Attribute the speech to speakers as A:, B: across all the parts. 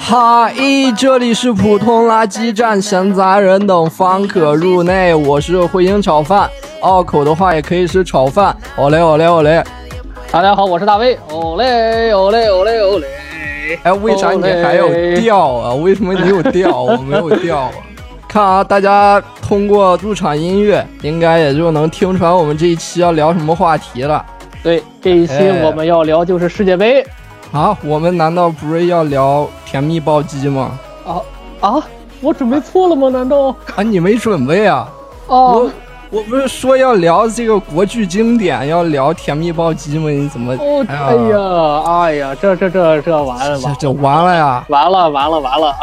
A: 哈一，这里是普通垃圾站，闲杂人等方可入内。我是回营炒饭，拗口的话也可以是炒饭。哦嘞哦嘞哦嘞！
B: 大家好，我是大卫。哦嘞哦嘞哦嘞哦嘞！
A: 哎，为啥你还有调啊？为什么你有调，我没有调啊？看啊，大家通过入场音乐，应该也就能听出来我们这一期要聊什么话题了。
B: 对，这一期
A: 哎
B: 我们要聊就是世界杯
A: 啊，我们难道不是要聊甜蜜暴击吗？
B: 啊啊！我准备错了吗？难道
A: 啊，你没准备啊？
B: 哦
A: 我我不是说要聊这个国剧经典，要聊《甜蜜暴击》吗？你怎么？
B: 哦哎呀哎呀，这这这这完了
A: 这
B: 完
A: 这完了 呀！
B: 完了完了完了！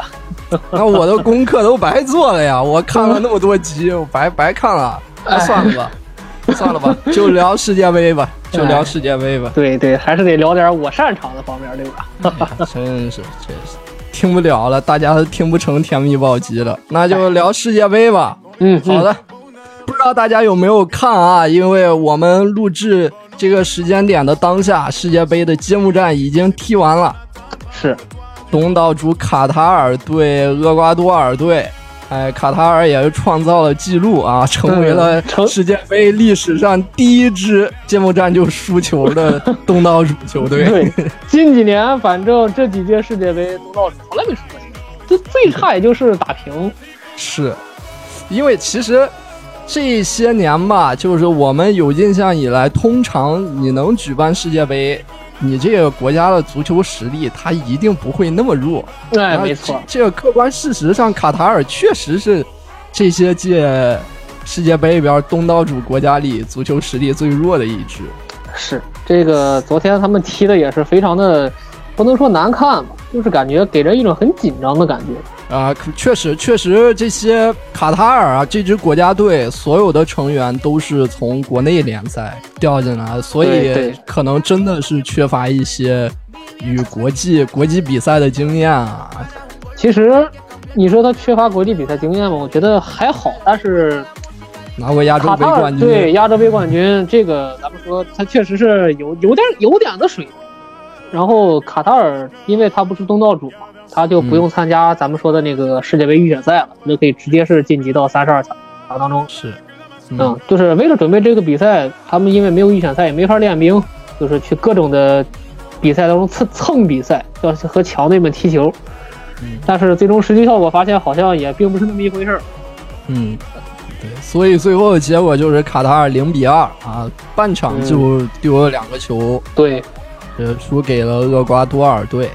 A: 那我的功课都白做了呀！我看了那么多集，我白白看了。
B: 哎
A: 那算了吧，算 了吧，就聊世界杯吧，
B: 哎
A: 就聊世界杯吧。哎
B: 对对，还是得聊点我擅长的方面，对吧？
A: 真是真是听不了了，大家都听不成《甜蜜暴击》了，那
B: 哎
A: 就聊世界杯吧。
B: 嗯，
A: 好
B: 好的，
A: 的，不知道大家有没有看啊？因为我们录制这个时间点的当下，世界杯的揭幕战已经踢完了，
B: 是
A: 东道主卡塔尔对厄瓜多尔队。哎，卡塔尔也是创造了记录啊，成为了
B: 嗯成
A: 世界杯历史上第一支揭幕战就输球的东道主球队。
B: 对。近几年反正这几届世界杯东道主从来没输过球，就最差也就是打平。
A: 是，因为其实这些年吧，就是我们有印象以来，通常你能举办世界杯，你这个国家的足球实力，它一定不会那么弱。
B: 哎，
A: 然后
B: 没错，
A: 这，这个客观事实上，卡塔尔确实是这些届世界杯里边东道主国家里足球实力最弱的一支。
B: 是这个，昨天他们踢的也是非常的，不能说难看吧，就是感觉给人一种很紧张的感觉。
A: 啊、可确实，确实，这些卡塔尔啊，这支国家队所有的成员都是从国内联赛调进来的，所
B: 对
A: 以
B: 对
A: 可能真的是缺乏一些与国际国际比赛的经验啊。
B: 其实你说他缺乏国际比赛经验吗？我觉得还好，但是
A: 拿过亚洲
B: 卡
A: 杯
B: 塔尔
A: 冠军，
B: 对亚洲杯冠军这个，咱们说他确实是有有点有点的水平。然后卡塔尔，因为他不是东道主嘛，他就
A: 嗯
B: 不用参加咱们说的那个世界杯预选赛了，他就可以直接是晋级到三十二强当中。
A: 是，
B: 嗯，就是为了准备这个比赛，他们因为没有预选赛，也没法练兵，就是去各种的比赛当中蹭蹭比赛，要去和强队们踢球。
A: 嗯
B: 但是最终实际效果发现好像也并不是那么一回事儿。
A: 嗯，对，所以最后的结果就是卡塔尔零比二啊，半
B: 嗯
A: 场就丢了两个球，
B: 对，
A: 呃，输给了厄瓜多尔队。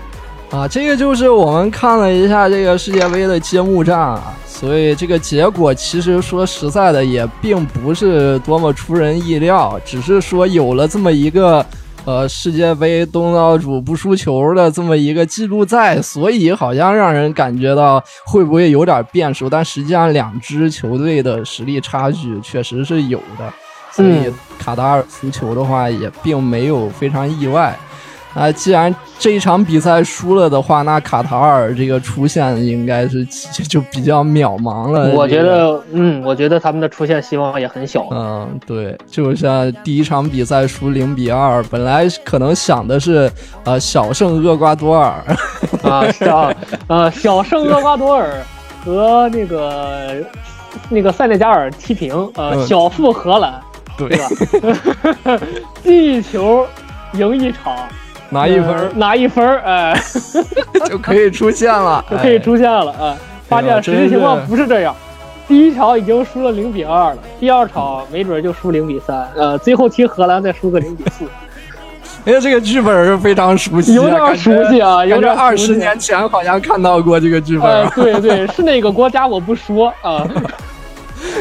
A: 啊，这个就是我们看了一下这个世界杯的揭幕战啊，所以这个结果其实说实在的也并不是多么出人意料，只是说有了这么一个呃世界杯东道主不输球的这么一个呃记录在，所以好像让人感觉到会不会有点变数，但实际上两支球队的实力差距确实是有的，所以
B: 嗯
A: 卡塔尔输球的话也并没有非常意外。啊，既然这一场比赛输了的话，那卡塔尔这个出现应该是就就比较渺茫了。
B: 我
A: 这
B: 觉
A: 个，
B: 得，嗯，我觉得他们的出现希望也 很小。
A: 嗯，对，就像第一场比赛输零比二，本来可能想的是，呃，小胜厄瓜多尔，
B: 啊，小呃小胜厄瓜多尔和那个那个塞内加尔踢平，呃，
A: 嗯
B: 小负荷兰，
A: 对
B: 是吧？ 进一球赢一场，
A: 拿一分
B: 呃
A: 儿
B: 拿一分儿， 哎、
A: 就可以出现了，
B: 就可以
A: 哎
B: 出现了，哎、发现实际情况不是这样。第一场已经输了零比二了，第二场没准就输零比三，呃，最后踢荷兰再输个零比四，
A: 哎呀，这个剧本是非常熟悉啊，
B: 有点熟悉啊，
A: 感觉，感
B: 有点
A: 觉二
B: 熟悉
A: 十年前好像看到过这个剧本
B: 哎
A: 啊。，
B: 对对，是哪个国家我不说 啊，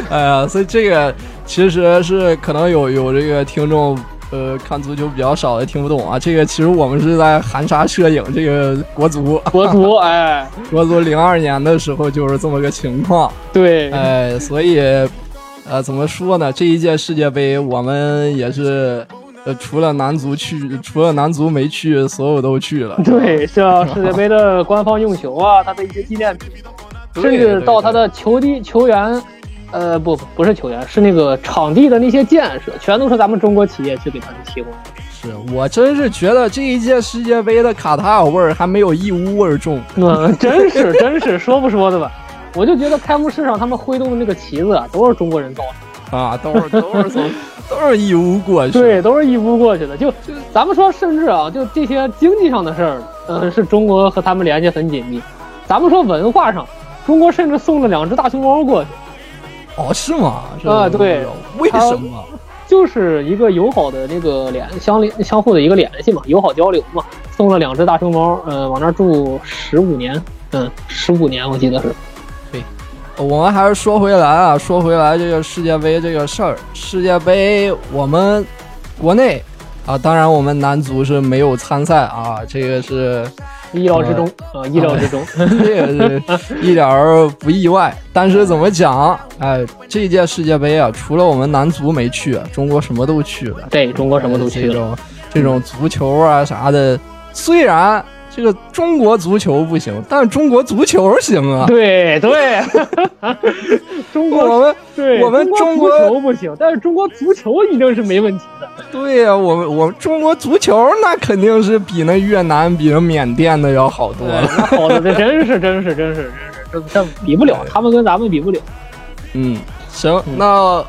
A: 哎呀，所以这个其实是可能有有这个听众。呃，看足球比较少的听不懂啊，这个其实我们是在含沙射影这个国足，
B: 国足，哎，
A: 国足零二年的时候就是这么个情况，
B: 对，
A: 哎，所以，呃，怎么说呢？这一届世界杯我们也是，呃，除了男足去，除了男足没去，所有都去了，
B: 对，像世界杯的官方用球啊，它的一些纪念品，
A: 对
B: 甚至到它的球地球员，呃，不，不是球员，是那个场地的那些建设，全都是咱们中国企业去给他们提供的。
A: 是我真是觉得这一届世界杯的卡塔尔味儿还没有义乌味儿重。
B: 嗯，真是真是说不说的吧？我就觉得开幕式上他们挥动的那个旗子啊，都是中国人造的，
A: 啊，都是都是从 都是义乌过去，
B: 对，都是义乌过去的。就咱们说，甚至啊，就这些经济上的事儿，呃，是中国和他们联系很紧密。咱们说文化上，中国甚至送了两只大熊猫过去，
A: 哦，是吗？是
B: 啊
A: 吗
B: 对，
A: 为什么？
B: 就是一个友好的这个联相联相互的一个联系嘛，友好交流嘛。送了两只大熊猫，呃，往那儿住十五年，嗯，十五年我记得是。
A: 我们还是说回来啊，说回来这个世界杯这个事儿，世界杯我们国内啊，当然我们男足是没有参赛啊，这个是
B: 意料之中啊，意料之中。
A: 这个是一点儿不意外。但是怎么讲？哎，这届世界杯啊，除了我们男足没去，中国什么都去了。
B: 对中国什么都去
A: 哎这
B: 了，
A: 种这种足球啊啥的，虽然这个中国足球不行，但中国足球行 啊。
B: 对对，中国
A: 我们
B: 对
A: 我们
B: 中
A: 中国
B: 足球不行，但是中国足球一定是没问题 的。
A: 对呀、我们我们中国足球那肯定是比那越南、比那缅甸的要好多
B: 对，
A: 了。
B: 那好的，这真是真是真是真是，这这比不了，他们跟咱们比不了。
A: 嗯，行，那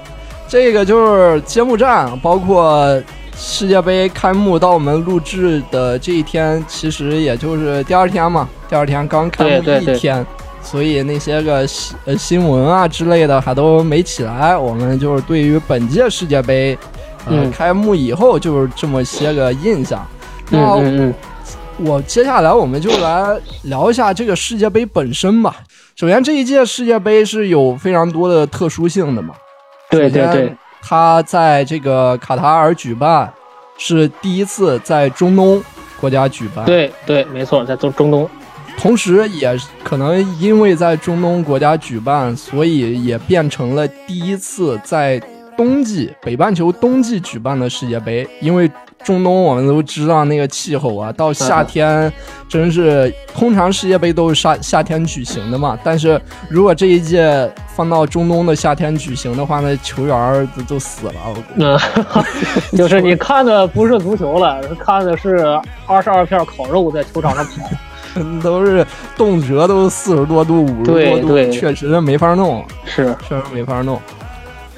A: 这个就是揭幕战，包括世界杯开幕到我们录制的这一天，其实也就是第二天嘛，第二天刚开幕一天，
B: 对对对
A: 所以那些个新呃新闻啊之类的还都没起来。我们就是对于本届世界杯，呃，
B: 嗯
A: 开幕以后就是这么些个印象。那
B: 嗯
A: 我接下来我们就来聊一下这个世界杯本身吧。首先，这一届世界杯是有非常多的特殊性的嘛。
B: 对对
A: 首
B: 对
A: 先，它在这个卡塔尔举办，是第一次在中东国家举办。，
B: 对对，没错，在中中东，
A: 同时也可能因为在中东国家举办，所以也变成了第一次在冬季北半球冬季举办的世界杯。因为中东我们都知道那个气候啊，到夏天真是通常世界杯都是夏夏天举行的嘛。但是如果这一届放到中东的夏天举行的话，那球员儿都都死了，我估计
B: 嗯，就是你看的不是足球了，看的是二十二片烤肉在球场 上跑。
A: 都是动辄都 四十多度、五十
B: 对
A: 多度，
B: 对
A: 确实没法弄。
B: 是，
A: 确实没法弄。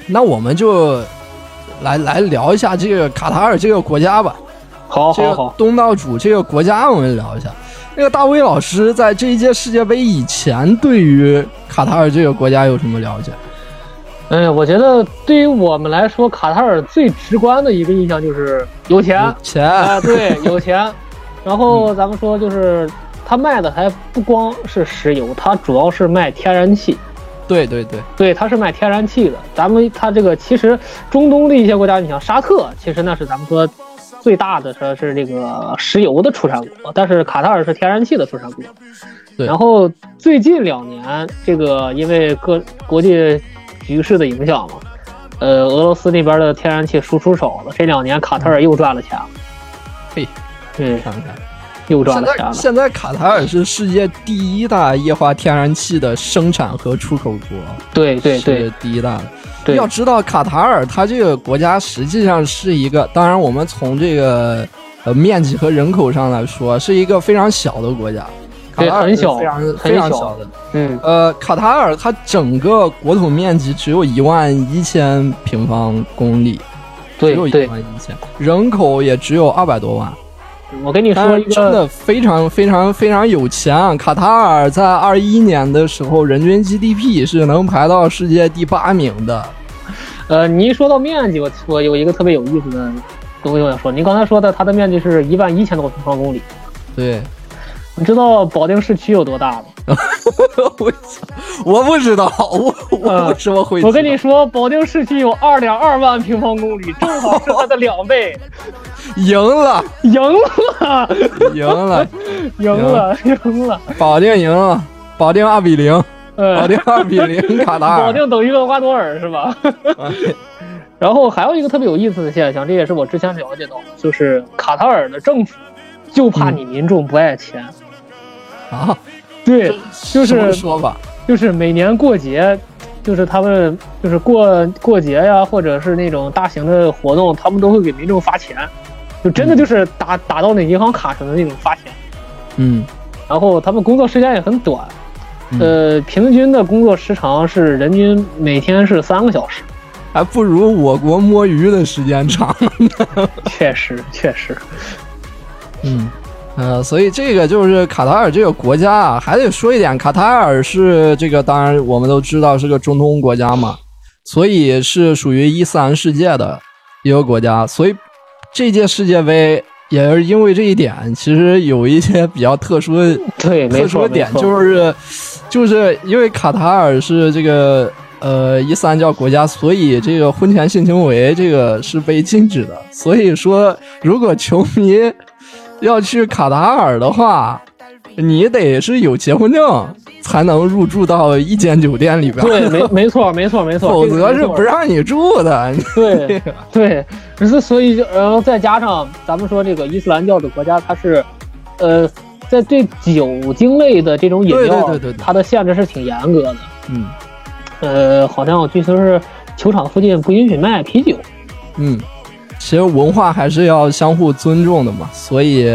A: 那我们就来来聊一下这个卡塔尔这个国家吧，
B: 好
A: 这
B: 好
A: 个
B: 好，
A: 东道主这个国家，我们聊一下。那个大威老师在这一届世界杯以前，对于卡塔尔这个国家有什么了解？
B: 哎
A: 嗯
B: 呀，我觉得对于我们来说，卡塔尔最直观的一个印象就是有钱。
A: 有钱，
B: 啊，对，有钱。然后咱们说，就是他卖的还不光是石油，他主要是卖天然气。
A: 对对对，
B: 对，他是卖天然气的。咱们他这个其实中东的一些国家，你像沙特，其实那是咱们说最大的说是这个石油的出产国，但是卡塔尔是天然气的出产国。
A: 对
B: 然后最近两年，这个因为各国际局势的影响嘛，呃，俄罗斯那边的天然气输出少了，这两年卡塔尔又赚了钱了。
A: 嘿，
B: 嗯，
A: 看看
B: 又赚
A: 现
B: 了钱
A: 在
B: 了。
A: 现在卡塔尔是世界第一大液化天然气的生产和出口国，
B: 对对对
A: 是第一大的。
B: 对
A: 要，知道卡塔尔它这个国家实际上是一个，当然我们从这个呃面积和人口上来说，是一个非常小的国家。卡
B: 对
A: 塔尔
B: 很
A: 是
B: 小
A: 非常
B: 很
A: 非常
B: 小
A: 小的。
B: 嗯，
A: 呃，卡塔尔它整个国土面积只有一万一千平方公里，只有
B: 对
A: 一
B: 对，
A: 万一千，人口也只有二百多万。
B: 我跟你
A: 但
B: 说
A: 是
B: 一
A: 真
B: 个，
A: 的非常非常非常有钱啊！卡塔尔在二一年的时候，人均 GDP 是能排到世界第八名的。
B: 呃，你一说到面积，我我有一个特别有意思的东西我想说，您刚才说的它的面积是一万一千多平方公里，
A: 对，
B: 你知道保定市区有多大吗？
A: 我操我不知道，我我为什么会知道？
B: 嗯我跟你说，保定市区有二点二万平方公里，正好是它的两倍，
A: 赢了，
B: 赢了，
A: 赢了，
B: 赢了，赢了，
A: 保定赢了，保定二比零，保
B: 呃，
A: 定二比零，卡塔
B: 保
A: 尔。
B: 定等于厄瓜多尔 是吧？然后还有一个特别有意思的现象，这也是我之前了解到的，就是卡塔尔的政府就怕你民众不爱钱，
A: 嗯啊，
B: 对，就是
A: 这么说吧，
B: 就是每年过节，就是他们就是过过节呀，或者是那种大型的活动，他们都会给民众发钱，就真的就是打打到那银行卡上的那种发钱。
A: 嗯
B: 然后他们工作时间也很短，呃，平均的工作时长是人均每天是三个小 时。
A: 还不如我国摸鱼的时间长。
B: 确实，确实，
A: 嗯，呃，所以这个就是卡塔尔这个国家啊，还得说一点，卡塔尔是这个，当然我们都知道是个中东国家嘛，所以是属于伊斯兰世界的一个国家，所以这届世界杯也是因为这一点，其实有一些比较特殊的
B: 对，没
A: 特殊
B: 错，
A: 的点
B: 没错
A: 就是，就是因为卡塔尔是这个呃伊斯兰教国家，所以这个婚前性行为这个是被禁止的。所以说，如果球迷要去卡塔尔的话，你得是有结婚证才能入住到一间酒店里边，
B: 对，没没错，没错，没错，
A: 否
B: 这个
A: 则
B: 没
A: 是
B: 错
A: 不让你住的。
B: 对对，只是所以就然后再加上咱们说这个伊斯兰教的国家，它是，呃，在对酒精类的这种饮料，
A: 对对对对对
B: 它的限制是挺严格的。
A: 嗯
B: 呃，好像我据说是球场附近不允许卖啤酒。
A: 嗯，其实文化还是要相互尊重的嘛，所以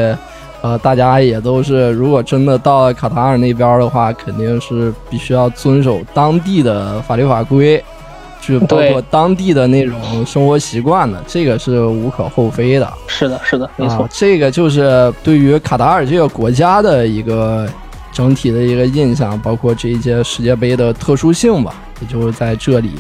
A: 呃，大家也都是，如果真的到了卡塔尔那边的话，肯定是必须要遵守当地的法律法规，就包
B: 对
A: 括当地的那种生活习惯的，这个是无可厚非的。
B: 是的，是的，没错。
A: 啊，这个就是对于卡塔尔这个国家的一个整体的一个印象，包括这一届世界杯的特殊性吧，也就是在这里。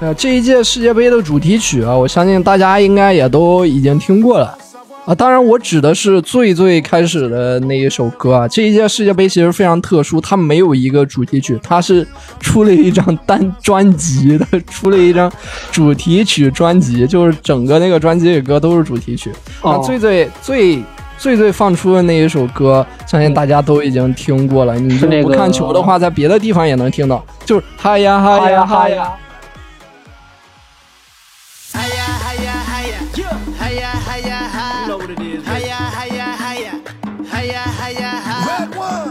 A: 呃，这一届世界杯的主题曲啊，我相信大家应该也都已经听过了啊。当然，我指的是最最开始的那一首歌啊。这一届世界杯其实非常特殊，它没有一个主题曲，它是出了一张单专辑的，出了一张主题曲专辑，就是整个那个专辑里歌都是主题曲。那
B: 哦
A: 最最最最最放出的那一首歌，相信大家都已经听过了。你
B: 是
A: 就
B: 那
A: 不
B: 个
A: 看球的话，在别的地方也能听到，就是哈呀哈呀哈哎呀。！
C: Hiya, hiya, hiya. Hiya, hiya, hi. Hiya, hiya, hiya. Hiya, hiya, hi. Hiya, hiya,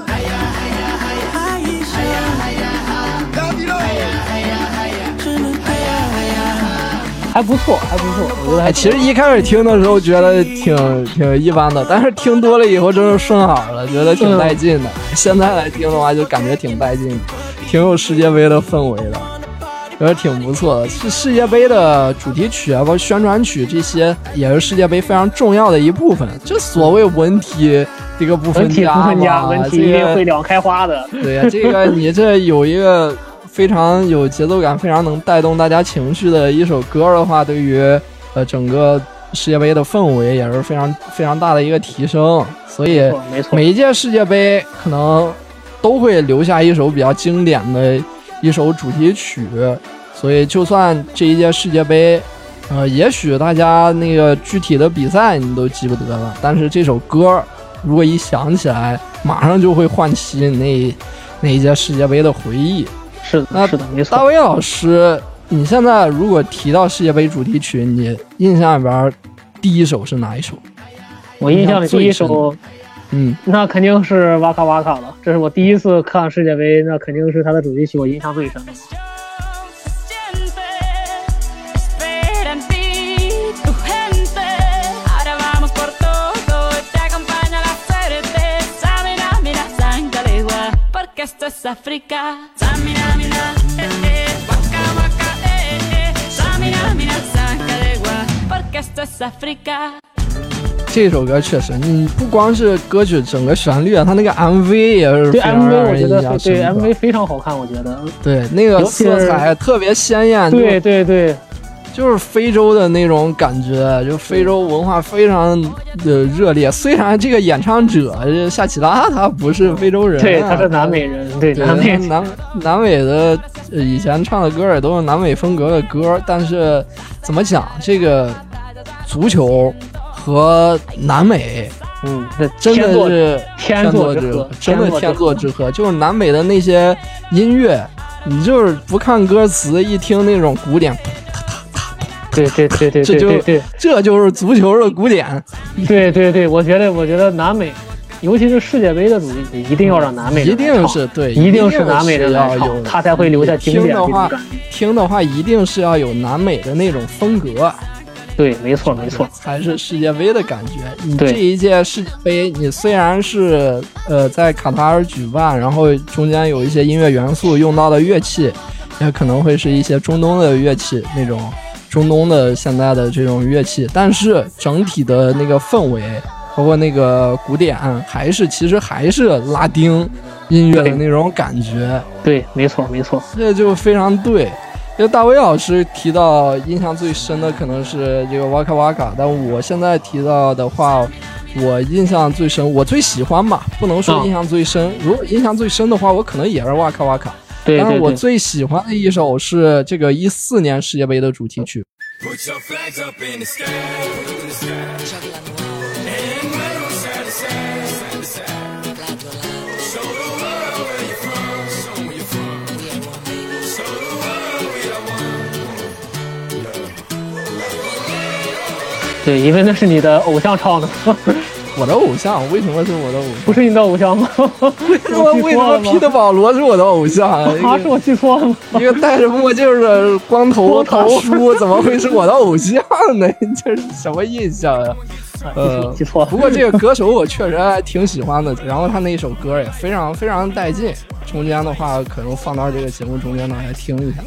C: hiya. Hiya, hiya, hi. Hiya, hiya, hiya. Hiya, hiya, hi.
B: 还不错，还不错，我觉得
A: 哎，
B: 还
A: 其实一开始听的时候觉得挺挺一般的，但是听多了以后真是顺耳了，觉得挺带劲的。现在来听的话，就感觉挺带劲的，挺有世界杯的氛围的，觉得挺不错的。是世界杯的主题曲啊，包括宣传曲这些，也是世界杯非常重要的一部分。这所谓文体这个不
B: 文
A: 分
B: 体
A: 家
B: 不分家，
A: 嘛
B: 文体
A: 这
B: 一
A: 个
B: 定会两开花的。
A: 对呀、这个你这有一个非常有节奏感、非常能带动大家情绪的一首歌的话，对于呃整个世界杯的氛围也是非常非常大的一个提升。所以
B: 没错没错，
A: 每一届世界杯可能都会留下一首比较经典的一首主题曲，所以就算这一届世界杯。呃，也许大家那个具体的比赛你都记不得了，但是这首歌如果一想起来，马上就会唤起你那那一届世界杯的回忆。
B: 是
A: 那
B: 的，是的，没
A: 大
B: 错。
A: 卫老师，你现在如果提到世界杯主题曲，你印象里边儿第一首是哪一首？
B: 我印象里第一首
A: 嗯，
B: 那肯定是哇卡哇卡了，这是我第一次看世界杯，那肯定是它的主题曲，我印象最深的。
D: Esperan ti tu gente. Ahora vamos por todo, te acompaña la suerte. Samina, mira, sangalegua, porque esto es África. Samina, mira, eh, eh, waka, waka, eh, eh. Samina, mira, sangalegua, porque esto es África.
A: 这首歌确实，你不光是歌曲整个旋律啊，它那个 MV 也是非
B: 对
A: 常
B: MV，
A: 让
B: 我
A: 人
B: 觉
A: 印
B: 得
A: 象
B: 是对
A: 深刻。
B: MV 非常好看，我觉得。
A: 对那个
B: 尤其
A: 色
B: 是
A: 彩特别鲜艳，就
B: 对对对，
A: 就是非洲的那种感觉，就非洲文化非常的热烈。虽然这个演唱者这夏奇拉他不是非洲人啊、
B: 对，他是南美人，对
A: 对，
B: 南美人，
A: 南南美的呃以前唱的歌也都是南美风格的歌，但是怎么讲，这个足球和南美
B: 嗯，这
A: 真
B: 天
A: 的
B: 作
A: 是
B: 天
A: 作
B: 作之
A: 合
B: 合，，
A: 真的天作之合。就是南美的那些音乐，你就是不看歌词，一听那种鼓点，
B: 对对对 对
A: 这
B: 对
A: 就
B: 对对
A: 这就是足球的鼓点。
B: 对对对，我觉得我觉得南美尤其是世界杯的主题曲，一定要让南美人
A: 一
B: 来唱
A: 定是对，
B: 一
A: 定
B: 定是南美人来
A: 要
B: 唱，
A: 有，
B: 他才会留下经典
A: 听
B: 这
A: 的
B: 种
A: 话
B: 感，
A: 听的话一定是要有南美的那种风格，
B: 觉。对，没错，没 错，
A: 才是世界杯的感觉。你
B: 对
A: 这一届世界杯，你虽然是呃在卡塔尔举办，然后中间有一些音乐元素用到的乐器，也可能会是一些中东的乐器那种中东的现在的这种乐器，但是整体的那个氛围，包括那个古典，还是其实还是拉丁音乐的那种感觉。
B: 对，没错，没错。
A: 这就非常对。因为大威老师提到印象最深的可能是这个哇卡哇卡，但我现在提到的话，我印象最深，我最喜欢吧，不能说
B: 嗯
A: 印象最深。如果印象最深的话，我可能也是哇卡哇卡。
B: 对
A: 但
B: 对
A: 是我
B: 对，
A: 最喜欢的一首是这个一四年世界杯的主题曲，
E: Put your flags up in the sky. And wave 'em side to side, side to side. Show the world where you're from, show 'em where you're from. Show the world we are one.
B: 对，因为那是你的偶像唱的，
A: 我的偶像为什么是我的偶像？
B: 不是你的偶像吗？为什
A: 我 为什么皮特保罗是我的偶像 啊？
B: 啊，是我记错了吗？
A: 一个戴着墨镜儿的光头
B: 光
A: 大
B: 头
A: 叔，怎么会是我的偶像呢？ 这是什么印象 呀、
B: 啊
A: 呃
B: 记错，了。
A: 不过这个歌手我确实还挺喜欢的，然后他那首歌也非常非常带劲。中间的话，可能放到这个节目中间呢，来听一下。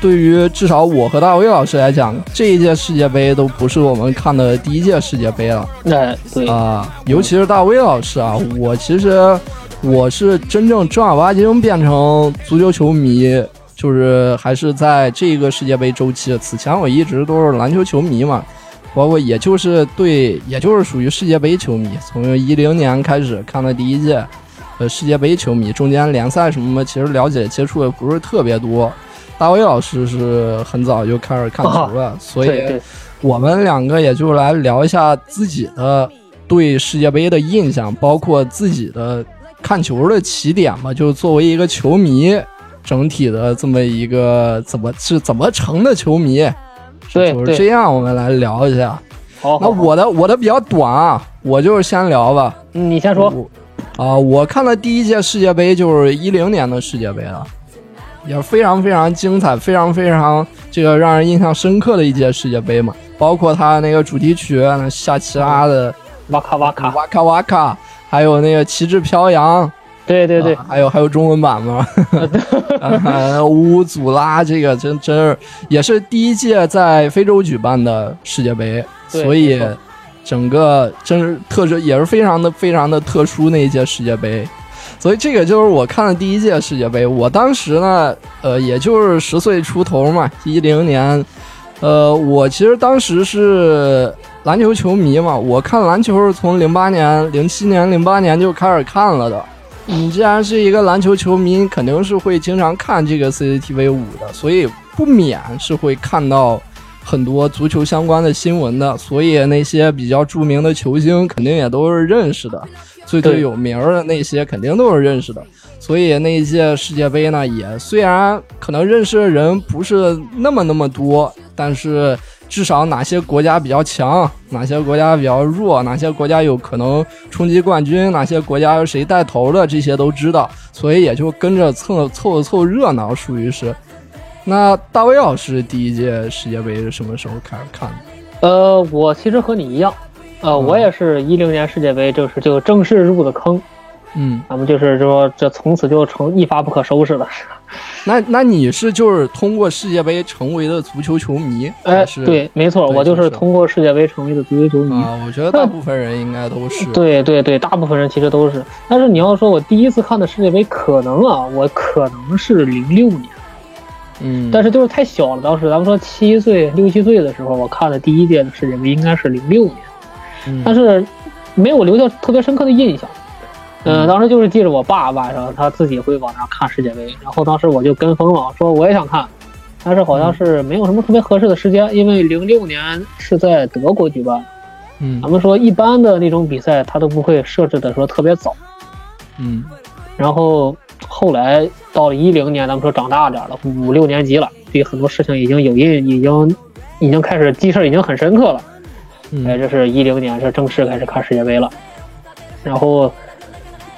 A: 对于至少我和大威老师来讲，这一届世界杯都不是我们看的第一届世界杯了。
B: 哎，对，
A: 啊、尤其是大威老师啊，我其实我是真正正儿八经变成足球球迷，就是还是在这个世界杯周期。此前我一直都是篮球球迷嘛，包括也就是对，也就是属于世界杯球迷。从一零年开始看的第一届，呃，世界杯球迷，中间联赛什么的，其实了解接触的不是特别多。大威老师是很早就开始看球了，所以
B: 对对，
A: 我们两个也就来聊一下自己的对世界杯的印象，包括自己的看球的起点吧。就是作为一个球迷，整体的这么一个怎么是怎么成的球迷，
B: 对
A: 就是
B: 对
A: 这样。我们来聊一下。
B: 好，
A: 那
B: 好好
A: 我的我的比较短啊，我就是先聊吧。
B: 嗯你先说。
A: 我啊、我看的第一届世界杯就是一零年的世界杯了，也是非常非常精彩，非常非常这个让人印象深刻的一届世界杯嘛。包括它那个主题曲那夏奇拉的
B: 哇咔哇
A: 《
B: 咔，
A: 哇咔哇咔》，还有那个旗帜飘扬，
B: 对对对
A: 啊，还有还有中文版吗？ 啊乌祖拉这个真真是也是第一届在非洲举办的世界杯，
B: 对
A: 所以
B: 没错
A: 整个真是特殊，也是非常的非常的特殊那一届世界杯。所以这个就是我看的第一届世界杯。我当时呢，呃，也就是十岁出头嘛，一零年。呃，我其实当时是篮球球迷嘛，我看篮球是从零八年、零七年、零八年就开始看了的。你嗯既然是一个篮球球迷，你肯定是会经常看这个 CCTV 五的，所以不免是会看到很多足球相关的新闻的。所以那些比较著名的球星肯定也都是认识的，最最
B: 对
A: 有名儿的那些肯定都是认识的。所以那一届世界杯呢，也虽然可能认识的人不是那么那么多，但是至少哪些国家比较强，哪些国家比较弱，哪些国家有可能冲击冠军，哪些国家由谁带头的，这些都知道，所以也就跟着凑凑凑热闹，属于是。那大卫老师第一届世界杯是什么时候开始看的？
B: 呃，我其实和你一样，呃，我也是一零年世界杯，就是就正式入的坑，
A: 嗯，
B: 咱们就是说这从此就成一发不可收 拾了。
A: 那那你是就是通过世界杯成为的足球球迷？
B: 哎
A: 还，是
B: 对，没错，
A: 对
B: 我就
A: 就是是
B: 通过世界杯成为的足球球迷。
A: 啊，我觉得大部分人应该都是。
B: 对对对，大部分人其实都是。但是你要说我第一次看的世界杯，可能啊，我可能是零六年，
A: 嗯，
B: 但是就是太小了。当时咱们说七岁、六七岁的时候，我看的第一届的世界杯应该是零六年。
A: 嗯
B: 但是没有留下特别深刻的印象。嗯、
A: 嗯
B: 当时就是记着我爸晚上他自己会往那儿看世界杯，然后当时我就跟风了，说我也想看，但是好像是没有什么特别合适的时间，因为零六年是在德国举办，
A: 嗯
B: 咱们说一般的那种比赛他都不会设置的说特别早，
A: 嗯
B: 然后后来到了一零年，咱们说长大点儿了，五六年级了，对很多事情已经有印，已经已经开始记事儿已经很深刻了。
A: 嗯
B: 哎，这是一零年是正式开始看世界杯了，然后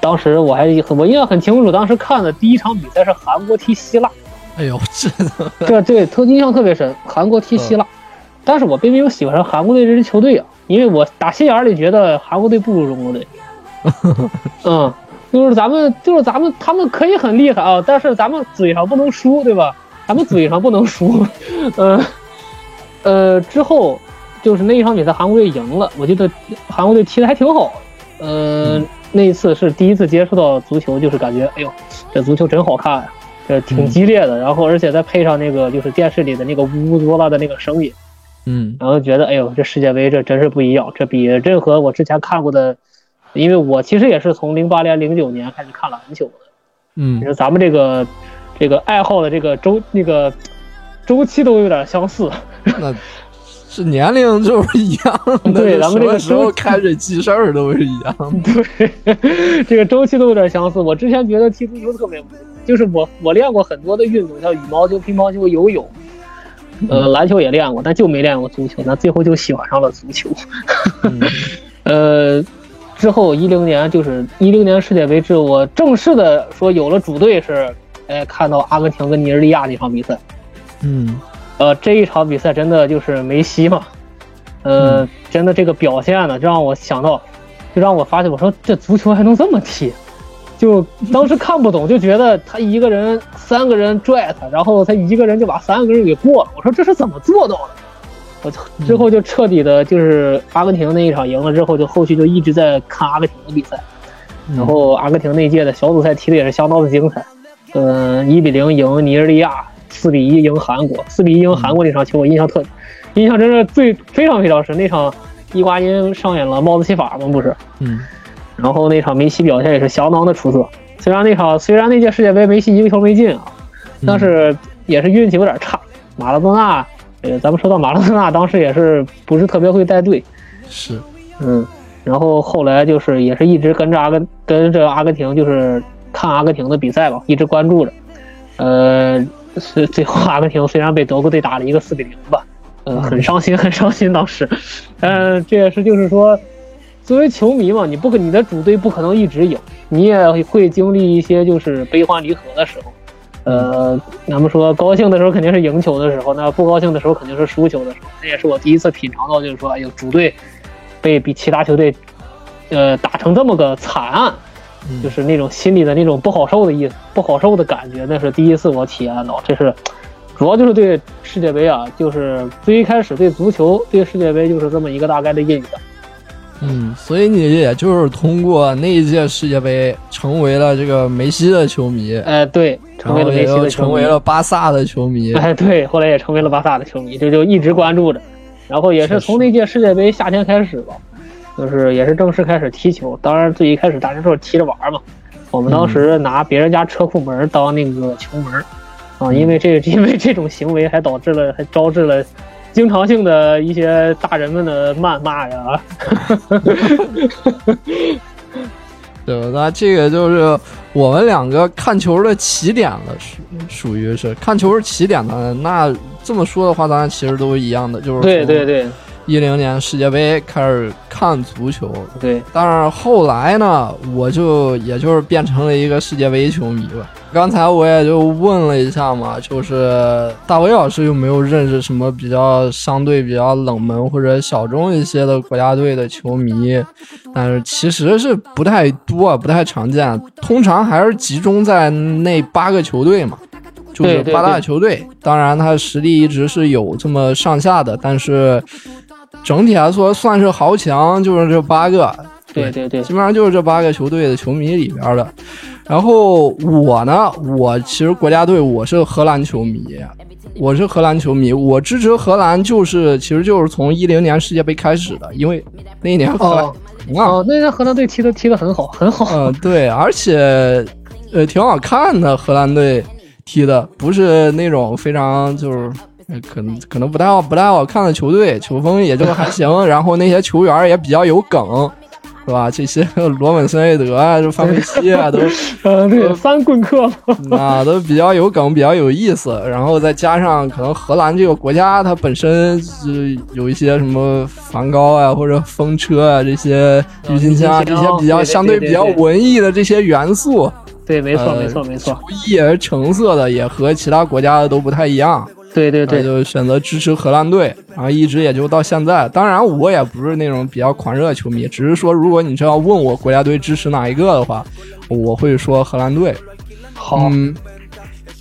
B: 当时我还我印象很清楚，当时看的第一场比赛是韩国踢希腊，
A: 哎呦，这
B: 这对特印象特别深，韩国踢希腊，但是我并没有喜欢上韩国队这支球队啊，因为我打心眼里觉得韩国队不如中国队，嗯，就是咱们就是咱们他们可以很厉害啊，但是咱们嘴上不能输，对吧？咱们嘴上不能输， 嗯、呃，之后就是那一场比赛韩国队赢了，我记得韩国队踢的还挺好，呃，那一次是第一次接触到足球，就是感觉哎呦，这足球真好看呀、这挺激烈的，然后而且再配上那个就是电视里的那个呜呜作啦的那个声音，
A: 嗯
B: 然后觉得哎呦，这世界杯这真是不一样，这比任何我之前看过的，因为我其实也是从零八年、零九年开始看篮球的，
A: 嗯
B: 你，说咱们这个这个爱好的这个周那个周期都有点相似，
A: 那是年龄就是一样的，
B: 对
A: 就
B: 咱们
A: 什
B: 这个
A: 么时候
B: 周
A: 开始记事儿都是一样的。
B: 对，这个周期都有点相似。我之前觉得踢足球特别无聊，就是我我练过很多的运动，像羽毛球、乒乓球、游泳，呃，篮球也练过，但就没练过足球。那最后就喜欢上了足球。嗯呃，之后一零年就是一零年世界杯之后，我正式的说有了主队是，哎，看到阿根廷跟尼日利亚那场比赛。
A: 嗯
B: 呃，这一场比赛真的就是梅西嘛，呃，真的这个表现呢，就让我想到，就让我发现，我说这足球还能这么踢，就当时看不懂，就觉得他一个人三个人拽他，然后他一个人就把三个人给过了，我说这是怎么做到的？我就之后就彻底的，就是阿根廷那一场赢了之后，就后续就一直在看阿根廷的比赛，然后阿根廷那届的小组赛踢的也是相当的精彩，嗯，一比零赢尼日利亚，四比一赢韩国，四比一赢韩国那场球我印象特，印象真是最非常非常深。那场伊瓜因上演了帽子戏法嘛，不是？
A: 嗯
B: 然后那场梅西表现也是相当的出色，虽然那场虽然那届世界杯梅西一个球没进啊，但是也是运气有点差。马拉多纳，呃，咱们说到马拉多纳，当时也是不是特别会带队，
A: 是
B: 嗯，然后后来就是也是一直跟着阿根跟着阿根廷，就是看阿根廷的比赛吧，一直关注着。呃，是最后阿根廷虽然被德国队打了一个四比零吧，呃，很伤心， 很伤心当时。嗯、这也是就是说，作为球迷嘛，你不可你的主队不可能一直赢，你也会经历一些就是悲欢离合的时候。呃，咱们说高兴的时候肯定是赢球的时候，那不高兴的时候肯定是输球的时候。这也是我第一次品尝到，就是说，哎呦，主队被比其他球队，呃，打成这么个惨案，就是那种心里的那种不好受的意思，不好受的感觉，那是第一次我体验到。这是主要就是对世界杯啊，就是最一开始对足球、对世界杯就是这么一个大概的印象。
A: 嗯，所以你也就是通过那一届世界杯成为了这个梅西的球迷，
B: 哎、对，成
A: 然
B: 为
A: 后
B: 了
A: 也
B: 梅西
A: 又
B: 的球
A: 成
B: 迷
A: 为，了巴萨的球迷。
B: 哎，对，后来也成为了巴萨的球迷，这就一直关注着。然后也
A: 确
B: 是
A: 实
B: 从那届世界杯夏天开始吧，就是也是正式开始踢球。当然最一开始大家都是踢着玩儿嘛，我们当时拿别人家车库门儿当那个球门儿啊，因为这 因为这种行为还导致了还招致了经常性的一些大人们的谩骂呀。
A: 对，那这个就是我们两个看球的起点了，属属于是看球是起点的。那这么说的话，咱俩其实都是一样的，就是
B: 对对，对
A: 一零年世界杯开始看足球，
B: 对，
A: 但是后来呢，我就也就是变成了一个世界杯球迷吧。刚才我也就问了一下嘛，就是大伟老师有没有认识什么比较相对比较冷门或者小众一些的国家队的球迷？但是其实是不太多，不太常见，通常还是集中在那八个球队嘛，就是
B: 对对
A: 八大
B: 对
A: 球队。当然，他实力一直是有这么上下的，但是整体来说算是豪强，就是这八个。
B: 对对对
A: 基本上就是这八个球队的球迷里边的。然后我呢，我其实国家队我是荷兰球迷，我是荷兰球迷，我支持荷兰就是其实就是从一零年世界杯开始的，因为那一年荷兰
B: 哦
A: 赢了，
B: 哦，那那荷兰队踢的踢的很好，很好。
A: 嗯、对，而且呃挺好看的，荷兰队踢的不是那种非常就是。呃可能可能不太好不太好看的球队，球风也就还行，然后那些球员也比较有梗，是吧？这些罗本森、艾德啊，这范佩西啊，都
B: 呃， 对，三棍客嘛，
A: 啊，都比较有梗，比较有意思。然后再加上可能荷兰这个国家，它本身是有一些什么梵高啊，或者风车啊这些郁金香啊
B: 郁
A: 这
B: 金
A: 些
B: 香
A: 比较
B: 对对
A: 相对
B: 对
A: 比较
B: 对
A: 文艺的这些元素，
B: 对，没错，
A: 呃
B: 没错，没错，
A: 无异而橙色的也和其他国家的都不太一样。
B: 对对
A: 对，
B: 对，
A: 就选择支持荷兰队，然后一直也就到现在。当然，我也不是那种比较狂热的球迷，只是说，如果你真要问我国家队支持哪一个的话，我会说荷兰队。
B: 好，
A: 嗯，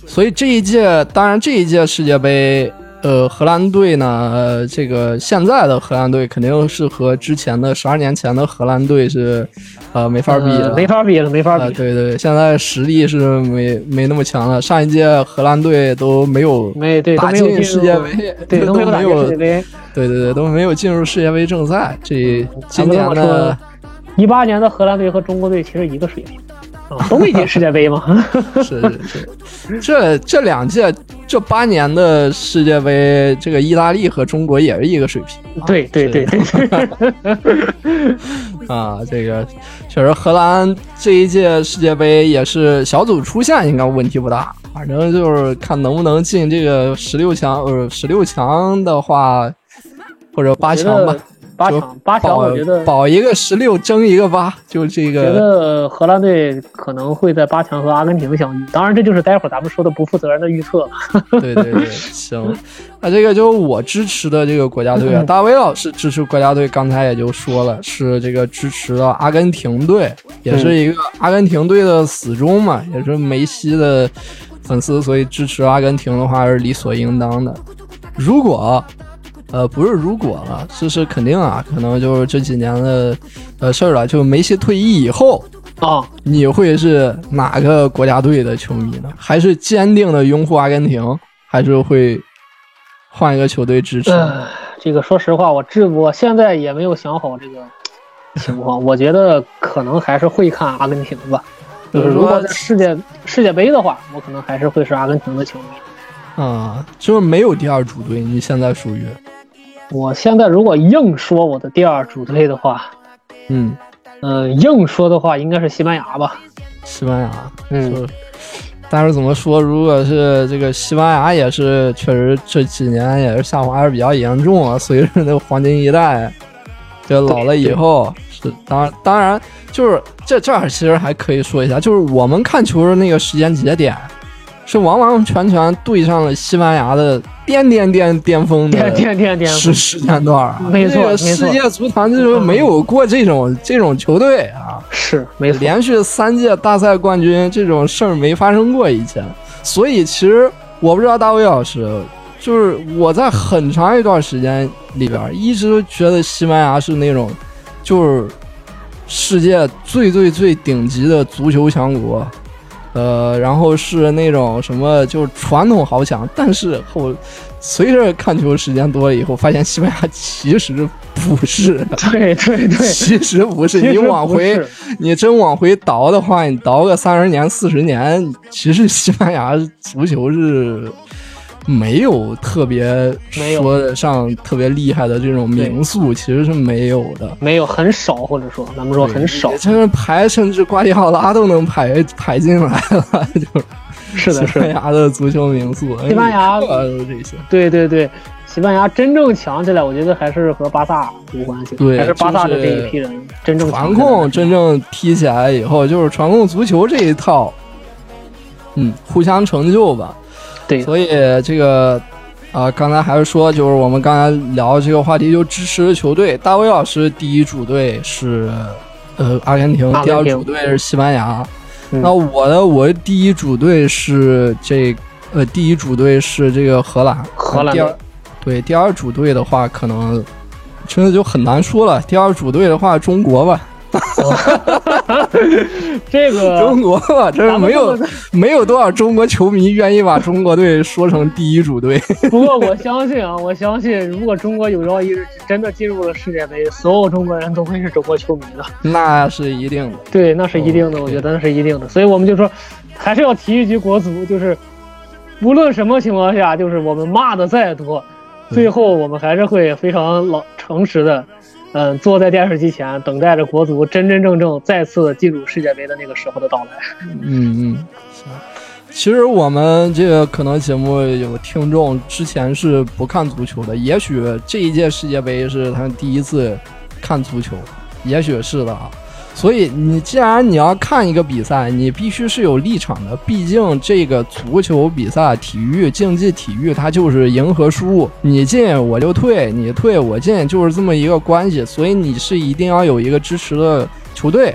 A: 所以这一届，当然这一届世界杯，呃，荷兰队呢，呃这个现在的荷兰队肯定是和之前的十二年前的荷兰队是，呃，没法比的。
B: 呃没法比了，没法
A: 啊，
B: 比，
A: 对对，现在实力是没没那么强了。上一届荷兰队都没有
B: 没对，都
A: 打
B: 没有
A: 进
B: 进
A: 世界
B: 入，
A: 杯，
B: 对，都
A: 都
B: 没有打
A: 没
B: 进世界
A: 有，
B: 杯。
A: 对对对，都没有进入世界杯正赛。这今
B: 嗯咱们这
A: 年
B: 么
A: 呢
B: 说，，一八年的荷兰队和中国队其实一个水平，
A: 哦
B: 啊，都没进世界 杯嘛。
A: 是是是，这这两届这八年的世界杯，这个意大利和中国也是一个水平。
B: 对对对对，
A: 啊，这个确实，荷兰这一届世界杯也是小组出线应该问题不大，反正就是看能不能进这个十六强。呃，十六强的话，或者 八强吧，，
B: 八
A: 就
B: 强八强，
A: 保
B: 我觉得
A: 保一个十六争一个八，就这
B: 觉
A: 个
B: 得荷兰队可能会在八强和阿根廷相遇，当然这就是待会儿咱们说的不负责任的预测了。
A: 对对对，行，那这个就是我支持的这个国家队啊。大威老师支持国家队，刚才也就说了，是这个支持了阿根廷队，也是一个阿根廷队的死忠嘛，也是梅西的粉丝，所以支持阿根廷的话是理所应当的。如果呃，不是如果了，这是肯定啊，可能就是这几年的呃事儿了。就梅西退役以后，
B: 啊，
A: 你会是哪个国家队的球迷呢？还是坚定的拥护阿根廷，还是会换一个球队支持？
B: 唉，这个说实话，我这我现在也没有想好这个情况，我觉得可能还是会看阿根廷吧。就是如果在世界世界杯的话，我可能还是会是阿根廷的球迷。
A: 啊、就是没有第二主队，你现在属于
B: 我现在如果硬说我的第二主队的话，
A: 嗯
B: 嗯、硬说的话应该是西班牙吧。
A: 西班牙。
B: 嗯，
A: 就但是怎么说，如果是这个西班牙也是确实这几年哎也是下滑是比较严重啊，随着那个黄金一代，这老了以后是当然当然就是这这儿其实还可以说一下，就是我们看球的那个时间节点。是完完全全对上了西班牙的巅巅巅巅峰的
B: 天天天天，
A: 时时间段儿啊，
B: 没错
A: 这个
B: 没
A: 世
B: 错
A: 界足坛就是没有过这种这种球队啊，
B: 是没错，
A: 连续三届大赛冠军这种事儿没发生过以前，所以其实我不知道大卫老师，就是我在很长一段时间里边儿一直都觉得西班牙是那种，就是世界最最最顶级的足球强国，呃，然后是那种什么就是传统豪强，但是后随着看球时间多了以后，发现西班牙其实不是。
B: 对对 对，
A: 其实不是，
B: 其
A: 你
B: 实
A: 往
B: 不
A: 回
B: 是
A: 你真往回倒的话，你倒个三十年、四十年，其实西班牙足球是没有特别
B: 没有
A: 说得上特别厉害的这种名宿，其实是没有的。
B: 没有很少，或者说咱们说很少
A: 你，这个排甚至瓜迪奥拉都能排排进来了，就是
B: 是的，
A: 西
B: 是
A: 班
B: 的，
A: 牙的足球名宿，
B: 西班 牙
A: 埃里克啊都这些。
B: 对对对，西班牙真正强起来，我觉得还是和巴萨有关系，
A: 对
B: 还是巴萨的
A: 就
B: 这
A: 是
B: 一批人真正
A: 传
B: 强起来
A: 控真正踢起来以后，就是传控足球这一套，嗯，互相成就吧。
B: 对
A: 所以这个啊、刚才还是说，就是我们刚才聊这个话题，就支持的球队。大卫老师第一主队是呃阿根廷，
B: 阿根廷
A: 第二主队是西班牙。
B: 嗯
A: 那我的我的第一主队是这呃第一主队是这个荷兰，
B: 荷兰
A: 第二对第二主队的话，可能真的就很难说了。第二主队的话，中国吧，
B: 这 个
A: 中国吧，真是
B: 咱们
A: 没
B: 这
A: 有
B: 么
A: 没有多少中国球迷愿意把中国队说成第一主队。
B: 不过我相信啊，我相信如果中国有朝一日真的进入了世界杯，所有中国人都会是中国球迷的。
A: 那是一定的。
B: 对，那是一定的，
A: 哦
B: 我觉得那是一定的。所以我们就说，还是要体育局国足，就是无论什么情况下，就是我们骂的再多，
A: 对
B: 最后我们还是会非常老诚实的嗯，坐在电视机前，等待着国足真真正正再次进入世界杯的那个时候的到来。
A: 嗯嗯，行。其实我们这个可能节目有听众之前是不看足球的，也许这一届世界杯是他们第一次看足球，也许是的啊。所以你既然你要看一个比赛，你必须是有立场的，毕竟这个足球比赛、体育竞技体育，它就是赢和输，你进我就退，你退我进，就是这么一个关系。所以你是一定要有一个支持的球队，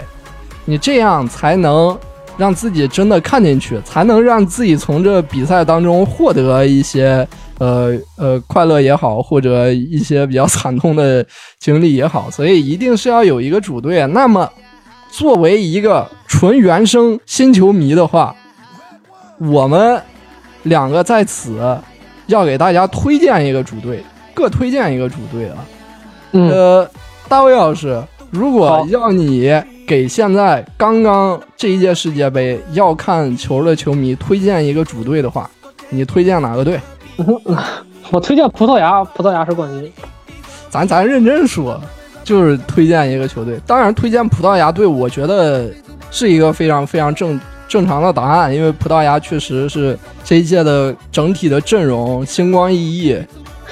A: 你这样才能让自己真的看进去，才能让自己从这比赛当中获得一些呃呃快乐也好，或者一些比较惨痛的经历也好。所以一定是要有一个主队。啊那么，作为一个纯原生新球迷的话，我们两个在此要给大家推荐一个主队，各推荐一个主队啊。
B: 嗯，
A: 呃，大卫老师，如果
B: 好
A: 要你给现在刚刚这一届世界杯要看球的球迷推荐一个主队的话，你推荐哪个队？
B: 我推荐葡萄牙，葡萄牙是冠军。
A: 咱咱认真说，就是推荐一个球队。当然，推荐葡萄牙队，我觉得是一个非常非常正正常的答案，因为葡萄牙确实是这一届的整体的阵容星光熠熠，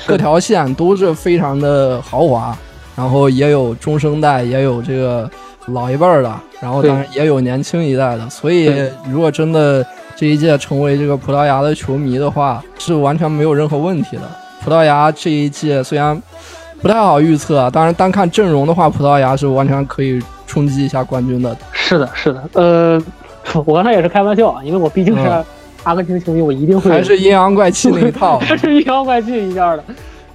A: 各条线都是非常的豪华，然后也有中生代，也有这个老一辈儿的，然后
B: 对
A: 当然也有年轻一代的。所以
B: 对，
A: 如果真的这一届成为这个葡萄牙的球迷的话，是完全没有任何问题的。葡萄牙这一届虽然不太好预测啊，当然单看阵容的话，葡萄牙是完全可以冲击一下冠军的。
B: 是的，是的。呃，我刚才也是开玩笑啊，因为我毕竟是
A: 嗯
B: 阿根廷球迷，我一定会，
A: 还是阴阳怪气那一套啊
B: 还 是阴阳怪气一下的。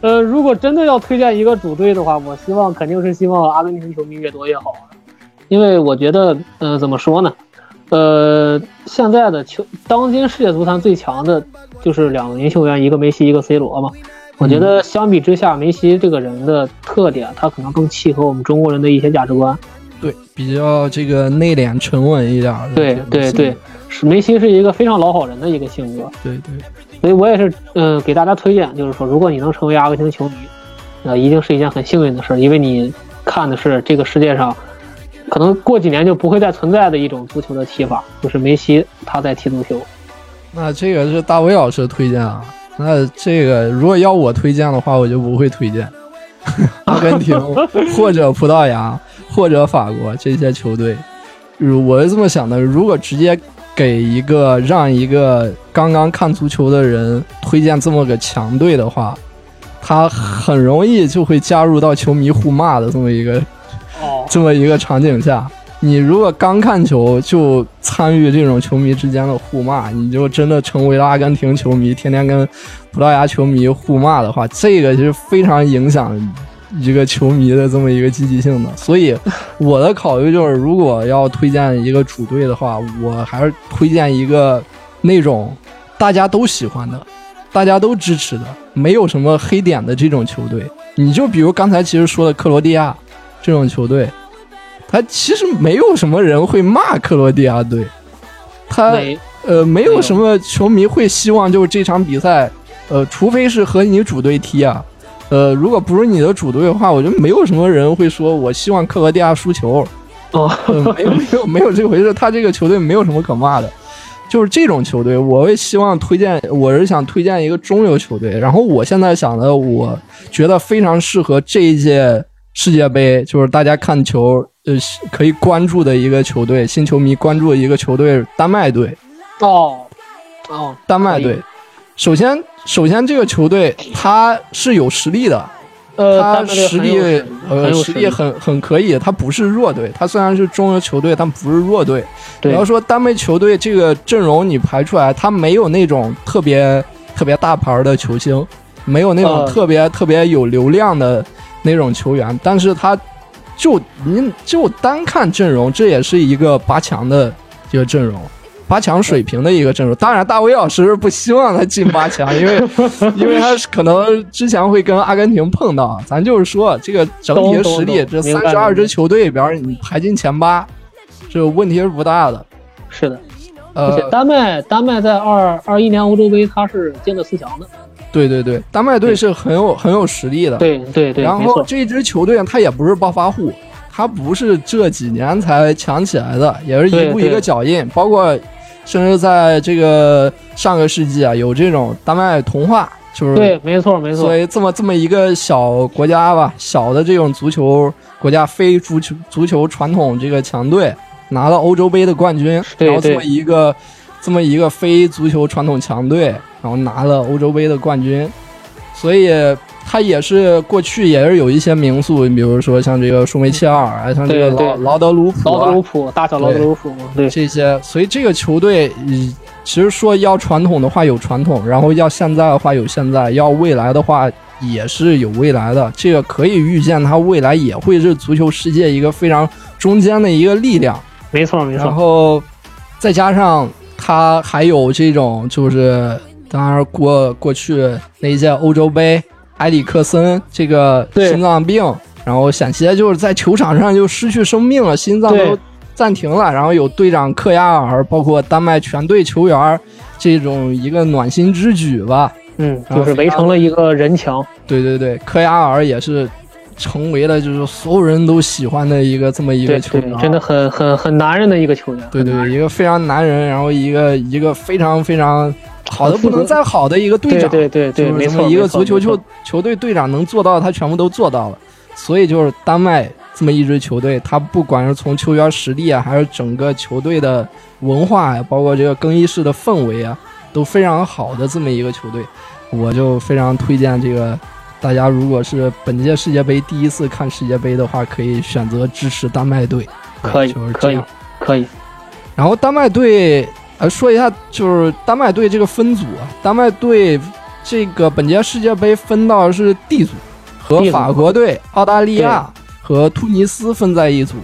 B: 呃，如果真的要推荐一个主队的话，我希望肯定是希望阿根廷球迷越多越好，啊因为我觉得，呃，怎么说呢？呃，现在的球，当今世界足坛最强的就是两名球员，一个梅西，一个 C 罗嘛。我觉得相比之下，梅西这个人的特点，他可能更契合我们中国人的一些价值观。
A: 对，比较这个内敛沉稳一点儿的
B: 对
A: 这种
B: 对
A: 性
B: 对
A: 格，
B: 是梅西是一个非常老好人的一个性格。
A: 对对，
B: 所以我也是，嗯、给大家推荐，就是说，如果你能成为阿根廷球迷，呃，一定是一件很幸运的事，因为你看的是这个世界上可能过几年就不会再存在的一种足球的踢法，就是梅西他在踢足球。
A: 那这个是大威老师推荐啊。那这个如果要我推荐的话，我就不会推荐 阿根廷或者葡萄牙或者法国这些球队。如我是这么想的，如果直接给一个让一个刚刚看足球的人推荐这么个强队的话，他很容易就会加入到球迷互骂的这么一个
B: 哦，
A: 这么一个场景下，你如果刚看球就参与这种球迷之间的互骂，你就真的成为了阿根廷球迷，天天跟葡萄牙球迷互骂的话，这个是非常影响一个球迷的这么一个积极性的。所以我的考虑就是，如果要推荐一个主队的话，我还是推荐一个那种大家都喜欢的。大家都支持的，没有什么黑点的这种球队，你就比如刚才其实说的克罗地亚，这种球队，他其实没有什么人会骂克罗地亚队，他
B: 没，
A: 呃没
B: 没
A: 有
B: 有
A: 什么球迷会希望就是这场比赛，呃，除非是和你主队踢啊，呃，如果不是你的主队的话，我觉得没有什么人会说我希望克罗地亚输球，
B: 哦，
A: 呃没有没有没有这回事，他这个球队没有什么可骂的。就是这种球队，我会希望推荐，我是想推荐一个中游球队。然后我现在想的，我觉得非常适合这一届世界杯，就是大家看球，呃，可以关注的一个球队，新球迷关注的一个球队，丹麦队。
B: 哦，哦，
A: 丹麦
B: 可
A: 队
B: 以。
A: 首先，首先这个球队他是有实力的，
B: 呃，
A: 他
B: 丹麦队很有
A: 力
B: 很
A: 呃
B: 有
A: 实力很很可以，他不是弱队，他虽然是中游球队，但不是弱队。你
B: 对
A: 要说丹麦球队这个阵容你排出来，他没有那种特别特别大牌的球星，没有那种
B: 呃
A: 特别、特别有流量的那种球员，但是他就您就单看阵容，这也是一个拔强的一个阵容。八强水平的一个阵容。当然，大卫老师是不希望他进八强， 因为因为他是可能之前会跟阿根廷碰到。咱就是说，这个整体的实力，
B: 懂
A: 这
B: 懂懂明
A: 三
B: 白
A: 十二
B: 明白
A: 支球队里边，你排进前八，这问题是不大的。
B: 是的，而且
A: 呃，
B: 丹麦丹麦在二二一年欧洲杯他是进了四强的，
A: 对对对，丹麦队是很有很有实力的。
B: 对对对，
A: 呃然
B: 没
A: 后
B: 错，
A: 这支球队他也不是暴发户，他不是这几年才强起来的，也是一步
B: 对对
A: 一个脚印，包括甚至在这个上个世纪啊，有这种丹麦童话，就是
B: 对，没错没错
A: 所，以这么这么一个小国家吧，小的这种足球国家非足球足球传统这个强队拿了欧洲杯的冠军，
B: 对
A: 然后这
B: 对
A: 么一个这么一个非足球传统强队，然后拿了欧洲杯的冠军，所以他也是过去也是有一些名宿，你比如说像这个舒梅切尔啊，像这个
B: 对对
A: 劳劳德鲁普、啊、
B: 劳德鲁普，大小劳德鲁普嘛，对
A: 这些，所以这个球队，嗯，其实说要传统的话有传统，然后要现在的话有现在，要未来的话也是有未来的。这个可以预见，它未来也会是足球世界一个非常中间的一个力量。
B: 没错没
A: 然
B: 错，
A: 后再加上它还有这种，就是当然过过去那届欧洲杯，埃里克森这个
B: 对
A: 心脏病，然后险些就是在球场上就失去生命了，心脏都
B: 对
A: 暂停了。然后有队长克亚尔，包括丹麦全队球员这种一个暖心之举吧。
B: 嗯，
A: 然后
B: 就是围成了一个人墙，
A: 对对对，科亚尔也是成为了就是所有人都喜欢的一个这么一
B: 对
A: 个球
B: 对
A: 员，，
B: 真的很很很男人的一个球员，
A: 对对，一个非常男人，然后一个一个非常非常好的
B: 很负
A: 不
B: 责
A: 能再好的一个队
B: 对
A: 长，
B: 对对对，
A: 就是
B: 没
A: 这么
B: 错，
A: 一个
B: 没
A: 足
B: 错
A: 球球
B: 没错
A: 球队队长能做到，他全部都做到了。所以就是丹麦这么一支球队，他不管是从球员实力啊，还是整个球队的文化呀、啊包括这个更衣室的氛围啊，都非常好的这么一个球队，我就非常推荐这个。大家如果是本届世界杯第一次看世界杯的话，可以选择支持丹麦队。
B: 可以
A: 就是这
B: 可以
A: 样
B: 可以，
A: 然后丹麦队，呃，说一下就是丹麦队这个分组啊，丹麦队这个本届世界杯分到的是 D 组，和
B: D 组
A: 法国队、澳大利亚和突尼斯分在一组。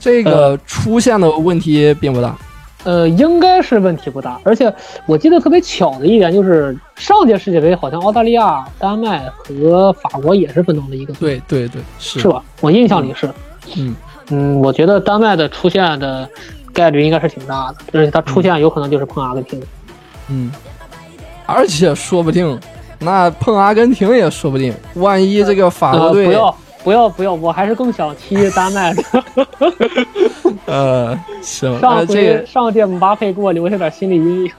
A: 这个出现的问题并不大，
B: 呃，应该是问题不大。而且我记得特别巧的一点就是，上届世界杯好像澳大利亚、丹麦和法国也是分到了一个，
A: 对对对，是
B: 是？吧？我印象里是。
A: 嗯
B: 嗯，我觉得丹麦的出现的概率应该是挺大的，而且它出现有可能就是碰阿根廷。
A: 嗯，而且说不定，那碰阿根廷也说不定，万一这个法
B: 呃，
A: 国队
B: 不要不要不要，我还是更想踢丹麦的。
A: 呃行，那
B: 上
A: 这个
B: 回上届姆巴佩给我留下点心理阴影。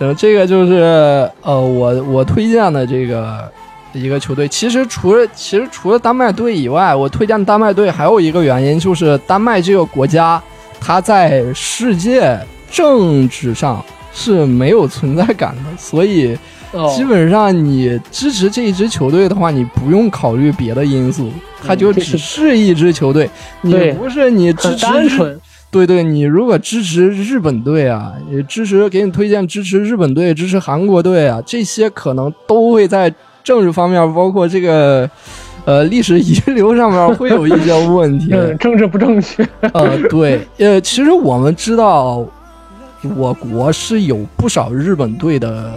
A: 嗯，这个就是呃，我我推荐的这个一个球队。其实除了其实除了丹麦队以外，我推荐丹麦队还有一个原因就是丹麦这个国家，它在世界政治上是没有存在感的，所以
B: 哦
A: 基本上你支持这一支球队的话，你不用考虑别的因素，它就
B: 嗯这
A: 只
B: 是
A: 是一支球队。你
B: 对
A: 不是你支
B: 很
A: 持
B: 单
A: 日
B: 纯，
A: 对对，你如果支持日本队啊，也支持给你推荐支持日本啊队、支持韩国队啊，这些可能都会在政治方面，包括这个 呃历史遗留上面会有一些问题。
B: 嗯，政治不正确。
A: 呃，对，呃，其实我们知道，我国是有不少日本队的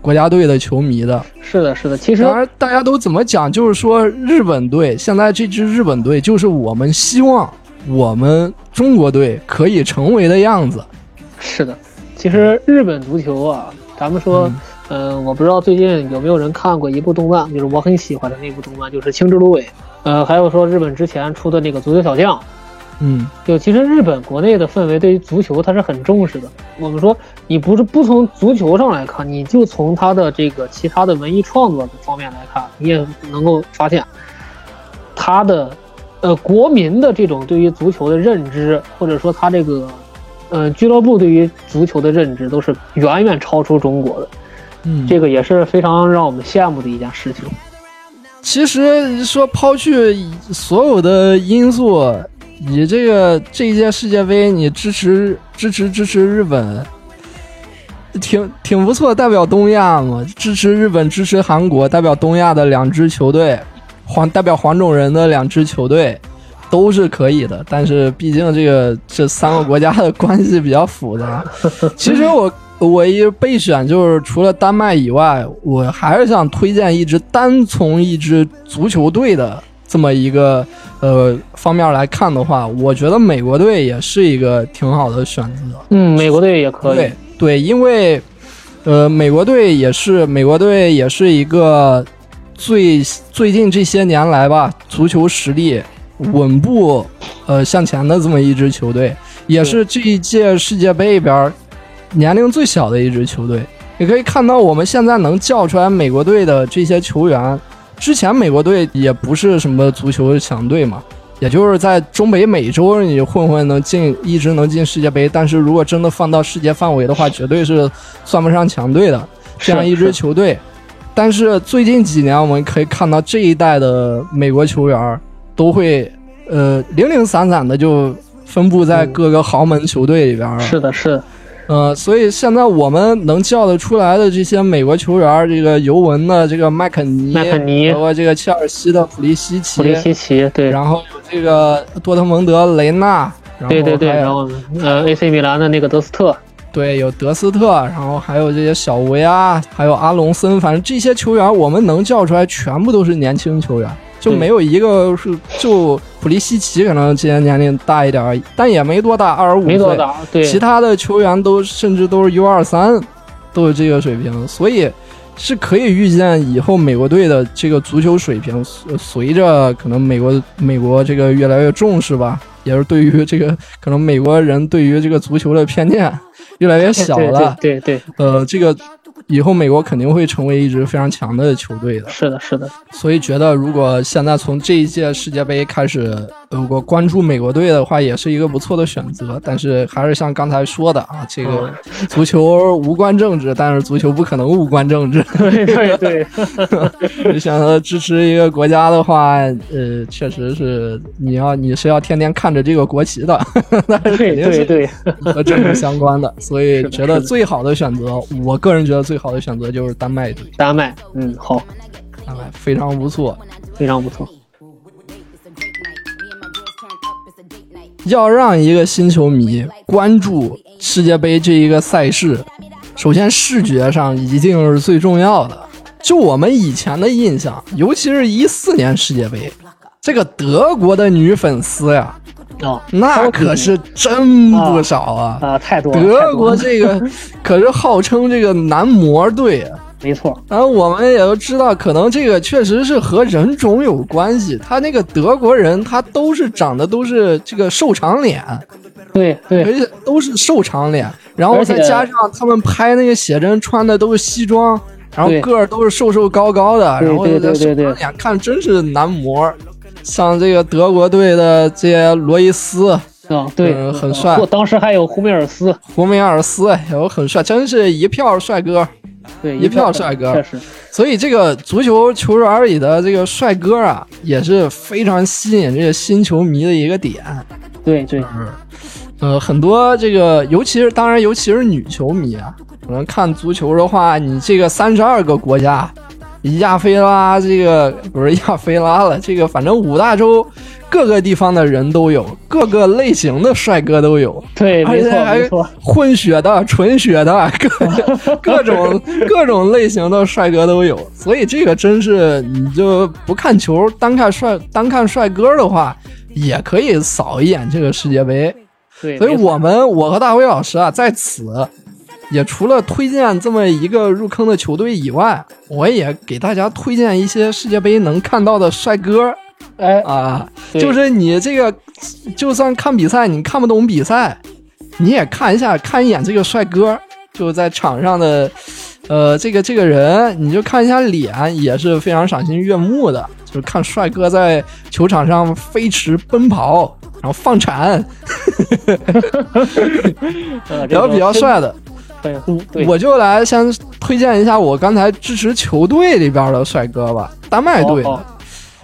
A: 国家队的球迷的。
B: 是的，是的，其实
A: 然而，大家都怎么讲？就是说，日本队现在这支日本队，就是我们希望我们中国队可以成为的样子。
B: 是的，其实日本足球啊，咱们说，嗯、我不知道最近有没有人看过一部动漫，就是我很喜欢的那部动漫，就是《青之芦苇》。呃，还有说日本之前出的那个《足球小将》，
A: 嗯，
B: 就其实日本国内的氛围对于足球它是很重视的。我们说，你不是不从足球上来看，你就从它的这个其他的文艺创作方面来看，你也能够发现，它的呃国民的这种对于足球的认知，或者说它这个呃俱乐部对于足球的认知，都是远远超出中国的。
A: 嗯，
B: 这个也是非常让我们羡慕的一件事情。
A: 其实说抛去所有的因素，你这个这一届世界杯，你支持支持支持日本，挺挺不错，代表东亚嘛，支持日本，支持韩国，代表东亚的两支球队，黄代表黄种人的两支球队。都是可以的，但是毕竟这个这三个国家的关系比较复杂。其实我我一备选就是除了丹麦以外，我还是想推荐一支单从一支足球队的这么一个呃方面来看的话，我觉得美国队也是一个挺好的选择。
B: 嗯，美国队也可以
A: 对。对，因为呃，美国队也是，美国队也是一个呃最最近这些年来吧，足球实力稳步呃向前的这么一支球队，也是这一届世界杯里边儿年龄最小的一支球队。也可以看到，我们现在能叫出来美国队的这些球员，之前美国队也不是什么足球强队嘛，也就是在中北美洲你混混能进，一直能进世界杯。但是如果真的放到世界范围的话，绝对是算不上强队的
B: 啊
A: 这样一支球队。但是最近几年，我们可以看到这一代的美国球员儿都会呃零零散散的就分布在各个豪门球队里边儿了。
B: 嗯是的，是的，
A: 呃，所以现在我们能叫得出来的这些美国球员儿，这个尤文的这个麦肯尼，
B: 麦肯尼
A: 包括这个切尔西的普利西奇，
B: 普利西奇，对，
A: 然后有这个多特蒙德雷纳，然后
B: 对对对，
A: 还有
B: 然后呃，AC 米兰的那个德斯特，
A: 对有德斯特，然后还有这些小维啊，还有阿隆森，反正这些球员我们能叫出来，全部都是年轻球员，就
B: 对
A: 没有一个是就普利西奇可能今年年龄大一点儿，但也没多大，二十五岁，
B: 没多大，对，
A: 嗯其他的球员都甚至都是 U 二三，都有这个水平，所以是可以预见以后美国队的这个足球水平，呃随着可能美国美国这个越来越重视吧，也是对于这个可能美国人对于这个足球的偏见越来越
B: 对
A: 小
B: 对
A: 了，
B: 对对对，
A: 呃，这个以后美国肯定会成为一支非常强的球队的。
B: 是的，是的，
A: 所以觉得如果现在从这一届世界杯开始，如果关注美国队的话，也是一个不错的选择。但是还是像刚才说的啊，这个
B: 嗯
A: 足球无关政治，但是足球不可能无关政治。
B: 对对对，
A: 想要支持一个国家的话，呃，确实是你要你是要天天看着这个国旗的， 但是肯
B: 对
A: 定
B: 对
A: 是
B: 对，
A: 和政治相关 的。所以觉得
B: 是的
A: 最好的选择，我个人觉得最好的选择就是丹麦队，
B: 丹麦，嗯，好，
A: 丹麦非常不错。
B: 非常不错，
A: 要让一个新球迷关注世界杯这一个赛事，首先视觉上一定是最重要的。就我们以前的印象，尤其是一四年世界杯，这个德国的女粉丝呀，
B: 哦，
A: 那可是真不少啊。
B: 啊，太多了，太
A: 德
B: 多
A: 国
B: 了，
A: 这个可是号称这个男模队啊，
B: 没错，
A: 然后我们也都知道，可能这个确实是和人种有关系。他那个德国人，他都是长得都是这个瘦长脸，
B: 对
A: 而
B: 对
A: 且都是瘦长脸，然后
B: 而且
A: 再加上他们拍那个写真穿的都是西装，然后
B: 对
A: 个儿都是瘦瘦高高的，
B: 对
A: 然后
B: 对对
A: 这瘦
B: 对对
A: 长脸看真是男模。像这个德国队的这些罗伊斯、
B: 啊，对
A: 嗯，很帅
B: 我当时还有胡梅尔斯，
A: 胡梅尔斯，有很帅，真是一票帅哥。
B: 对，
A: 一票帅哥
B: 确实，
A: 所以这个足球球员里的这个帅哥啊，也是非常吸引这个新球迷的一个点。
B: 对对，
A: 嗯呃，很多这个，尤其是当然，尤其是女球迷啊，可能看足球的话，你这个三十二个国家，亚非拉这个不是亚非拉了，这个反正五大洲各个地方的人都有，各个类型的帅哥都有，
B: 对，
A: 而
B: 没
A: 且
B: 错
A: 还
B: 没错，
A: 混血的、纯血的，各各种各种类型的帅哥都有，所以这个真是你就不看球，单看帅单看帅哥的话，也可以扫一眼这个世界杯。
B: 对，
A: 所以
B: 没错
A: 我们我和大辉老师啊，在此也除了推荐这么一个入坑的球队以外，我也给大家推荐一些世界杯能看到的帅哥
B: 哎，
A: 啊，
B: 对
A: 就是你这个就算看比赛你看不懂比赛，你也看一下看一眼这个帅哥，就在场上的。呃，这个这个人，你就看一下脸，也是非常赏心悦目的。就是看帅哥在球场上飞驰奔跑，然后放铲，
B: 呃
A: 然后比较，帅的，
B: 这个很对，
A: 我就来先推荐一下我刚才支持球队里边的帅哥吧，丹麦队的
B: 好好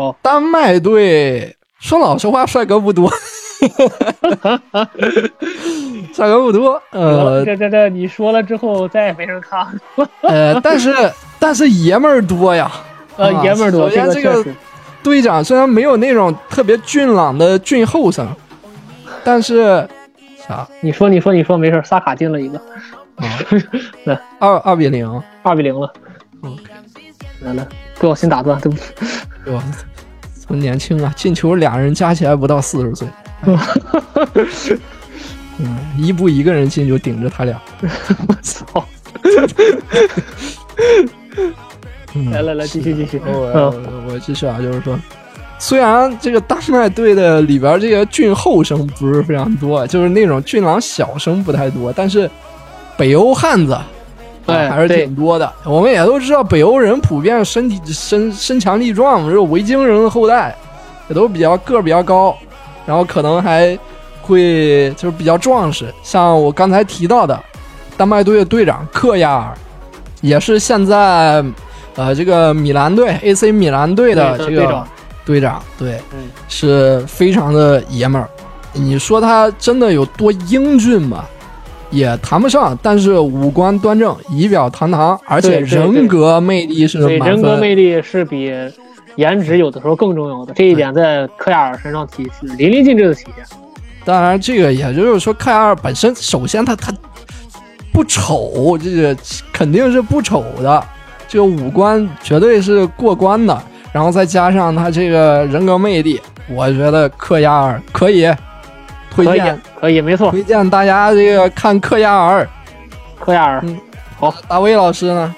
B: 好
A: 丹麦队说老实话，帅哥不多，帅哥不多，呃
B: 这这这，你说了之后再也没人看了，
A: 呃，但是但是爷们儿多呀。
B: 呃
A: 啊，
B: 爷们儿多，
A: 首先
B: 个
A: 这个
B: 确实，
A: 队长虽然没有那种特别俊朗的俊后生，但是啥啊
B: 你说你说你说没事儿，萨卡进了一个
A: 二二比零，
B: 二比零了，嗯
A: OK
B: 来来，不小心打断，对不起，
A: 哇，真年轻啊！进球俩人加起来不到四十岁。嗯，伊布一个人进就顶着他俩，
B: 操，
A: 嗯
B: 来来来，继续继续。
A: 我
B: 嗯，
A: 我我继续啊，就是说，虽然这个丹麦队的里边这个俊后生不是非常多，啊就是那种俊朗小生不太多，但是北欧汉子。
B: 对
A: 啊还是
B: 哎对
A: 挺多的。我们也都知道，北欧人普遍身体身身强力壮，是维京人的后代，也都比较个儿比较高，然后可能还会就是比较壮实。像我刚才提到的，丹麦队的队长克亚尔，也是现在呃这个米兰队 AC 米兰队的
B: 对
A: 这
B: 队
A: 个
B: 长
A: 队长，对
B: 嗯，
A: 是非常的爷们儿。你说他真的有多英俊吧？也谈不上，但是五官端正，仪表堂堂，而且
B: 对对对
A: 人格魅力是
B: 对，
A: 满分。
B: 人格魅力是比颜值有的时候更重要的，这一点在科亚尔身上体是淋漓尽致的体现。
A: 当然，这个也就是说，凯尔本身首先他他不丑，这个肯定是不丑的，这个五官绝对是过关的。然后再加上他这个人格魅力，我觉得克亚尔可以推
B: 可以
A: 荐，
B: 可以，没 错，
A: 推荐大家这个看克亚尔。
B: 科亚
A: 嗯
B: 尔。
A: 大卫老师呢？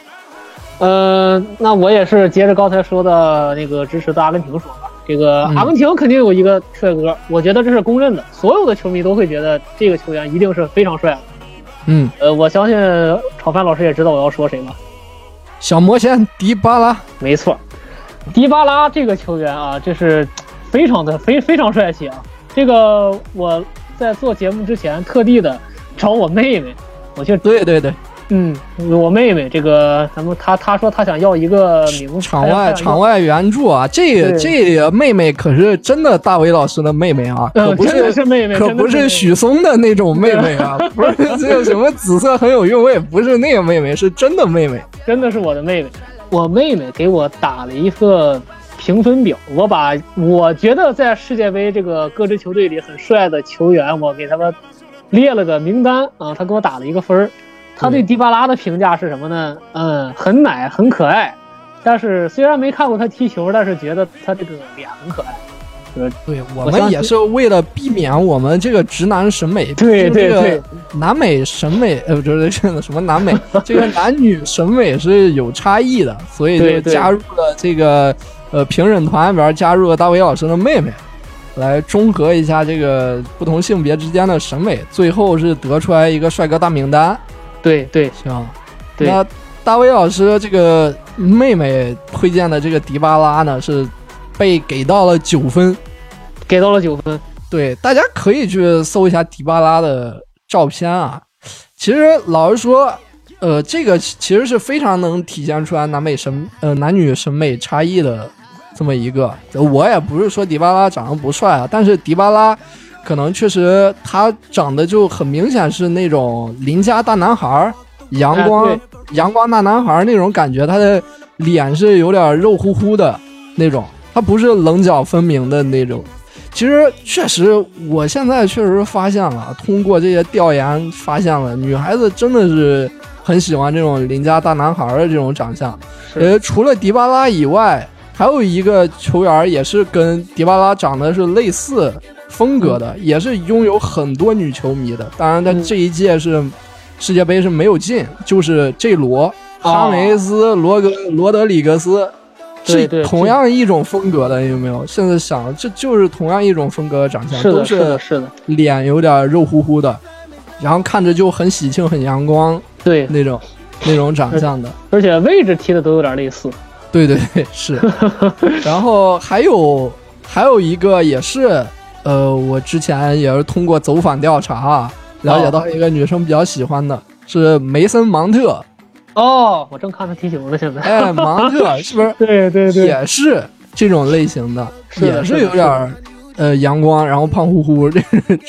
B: 呃，那我也是接着刚才说的那个支持的阿根廷说吧。这个
A: 嗯
B: 阿根廷肯定有一个帅哥，我觉得这是公认的，所有的球迷都会觉得这个球员一定是非常帅的。
A: 嗯，
B: 呃，我相信炒饭老师也知道我要说谁了。
A: 小魔仙迪巴拉，
B: 没错，迪巴拉这个球员啊，这是非常的非非常帅气啊。这个我在做节目之前特地的找我妹妹，我去
A: 对对对，
B: 嗯，我妹妹这个咱们她她说她想要一个名字，
A: 场
B: 她想
A: 外
B: 要
A: 场外援助啊，这个
B: 对
A: 这个妹妹可是真的大伟老师的妹妹啊，可
B: 嗯，
A: 不
B: 真的
A: 是
B: 是妹妹，
A: 可
B: 真的
A: 不是
B: 妹妹
A: 许嵩的那种妹妹啊，不是这个什么紫色很有韵味，不是那个妹妹，是真的妹妹。
B: 真的是我的妹妹。我妹妹给我打了一个评分表，我把我觉得在世界杯这个各支球队里很帅的球员，我给他们列了个名单啊，她给我打了一个分儿。她
A: 嗯
B: 对迪巴拉的评价是什么呢？嗯，很奶，很可爱。但是虽然没看过他踢球，但是觉得他这个脸很可爱。
A: 对我
B: 我相
A: 们
B: 信
A: 也是为了避免我们这个直男审美，
B: 对
A: 就是这个
B: 对对
A: 南美审美呃不是这个什么南美，这个男女审美是有差异的，所以
B: 对
A: 就
B: 对
A: 加入了这个呃评审团里边加入了大伟老师的妹妹，来中和一下这个不同性别之间的审美，最后是得出来一个帅哥大名单，
B: 对对
A: 行。
B: 对，
A: 那大卫老师这个妹妹推荐的这个迪巴拉呢，是被给到了九分。
B: 给到了九分。
A: 对，大家可以去搜一下迪巴拉的照片啊。其实老实说，呃，这个其实是非常能体现出来南美审呃男女审美差异的这么一个。我也不是说迪巴拉长得不帅啊，但是迪巴拉可能确实他长得就很明显是那种邻家大男孩儿，阳光、
B: 哎
A: 阳光大男孩儿那种感觉，他的脸是有点肉乎乎的那种，他不是棱角分明的那种。其实确实，我现在确实发现了，通过这些调研发现了，女孩子真的是很喜欢这种邻家大男孩儿的这种长相。
B: 是
A: 呃，除了迪巴拉以外，还有一个球员儿也是跟迪巴拉长得是类似风格的，也是拥有很多女球迷的。当然，他
B: 嗯
A: 这一届是、世界杯是没有进，就是这罗
B: 哦
A: 哈梅斯、罗格、罗德里格斯，
B: 对
A: 是
B: 对
A: 同样一种风格的，有没有？现在想，这就是同样一种风格的长相，
B: 是
A: 都
B: 的，是的，是的，
A: 脸有点肉乎乎的，然后看着就很喜庆、很阳光
B: 对，
A: 那种那种长相的。
B: 而且位置踢的都有点类似。
A: 对对对， 是。然后还有还有一个也是，呃，我之前也是通过走访调查啊了
B: 啊
A: 解到一个女生比较喜欢的。是梅森·芒特，
B: 哦，我正看他踢球呢，现在。
A: 哎，芒特是不是
B: 对对对，
A: 也是这种类型的，
B: 是的
A: 也
B: 是的
A: 有点儿呃阳光，然后胖乎乎这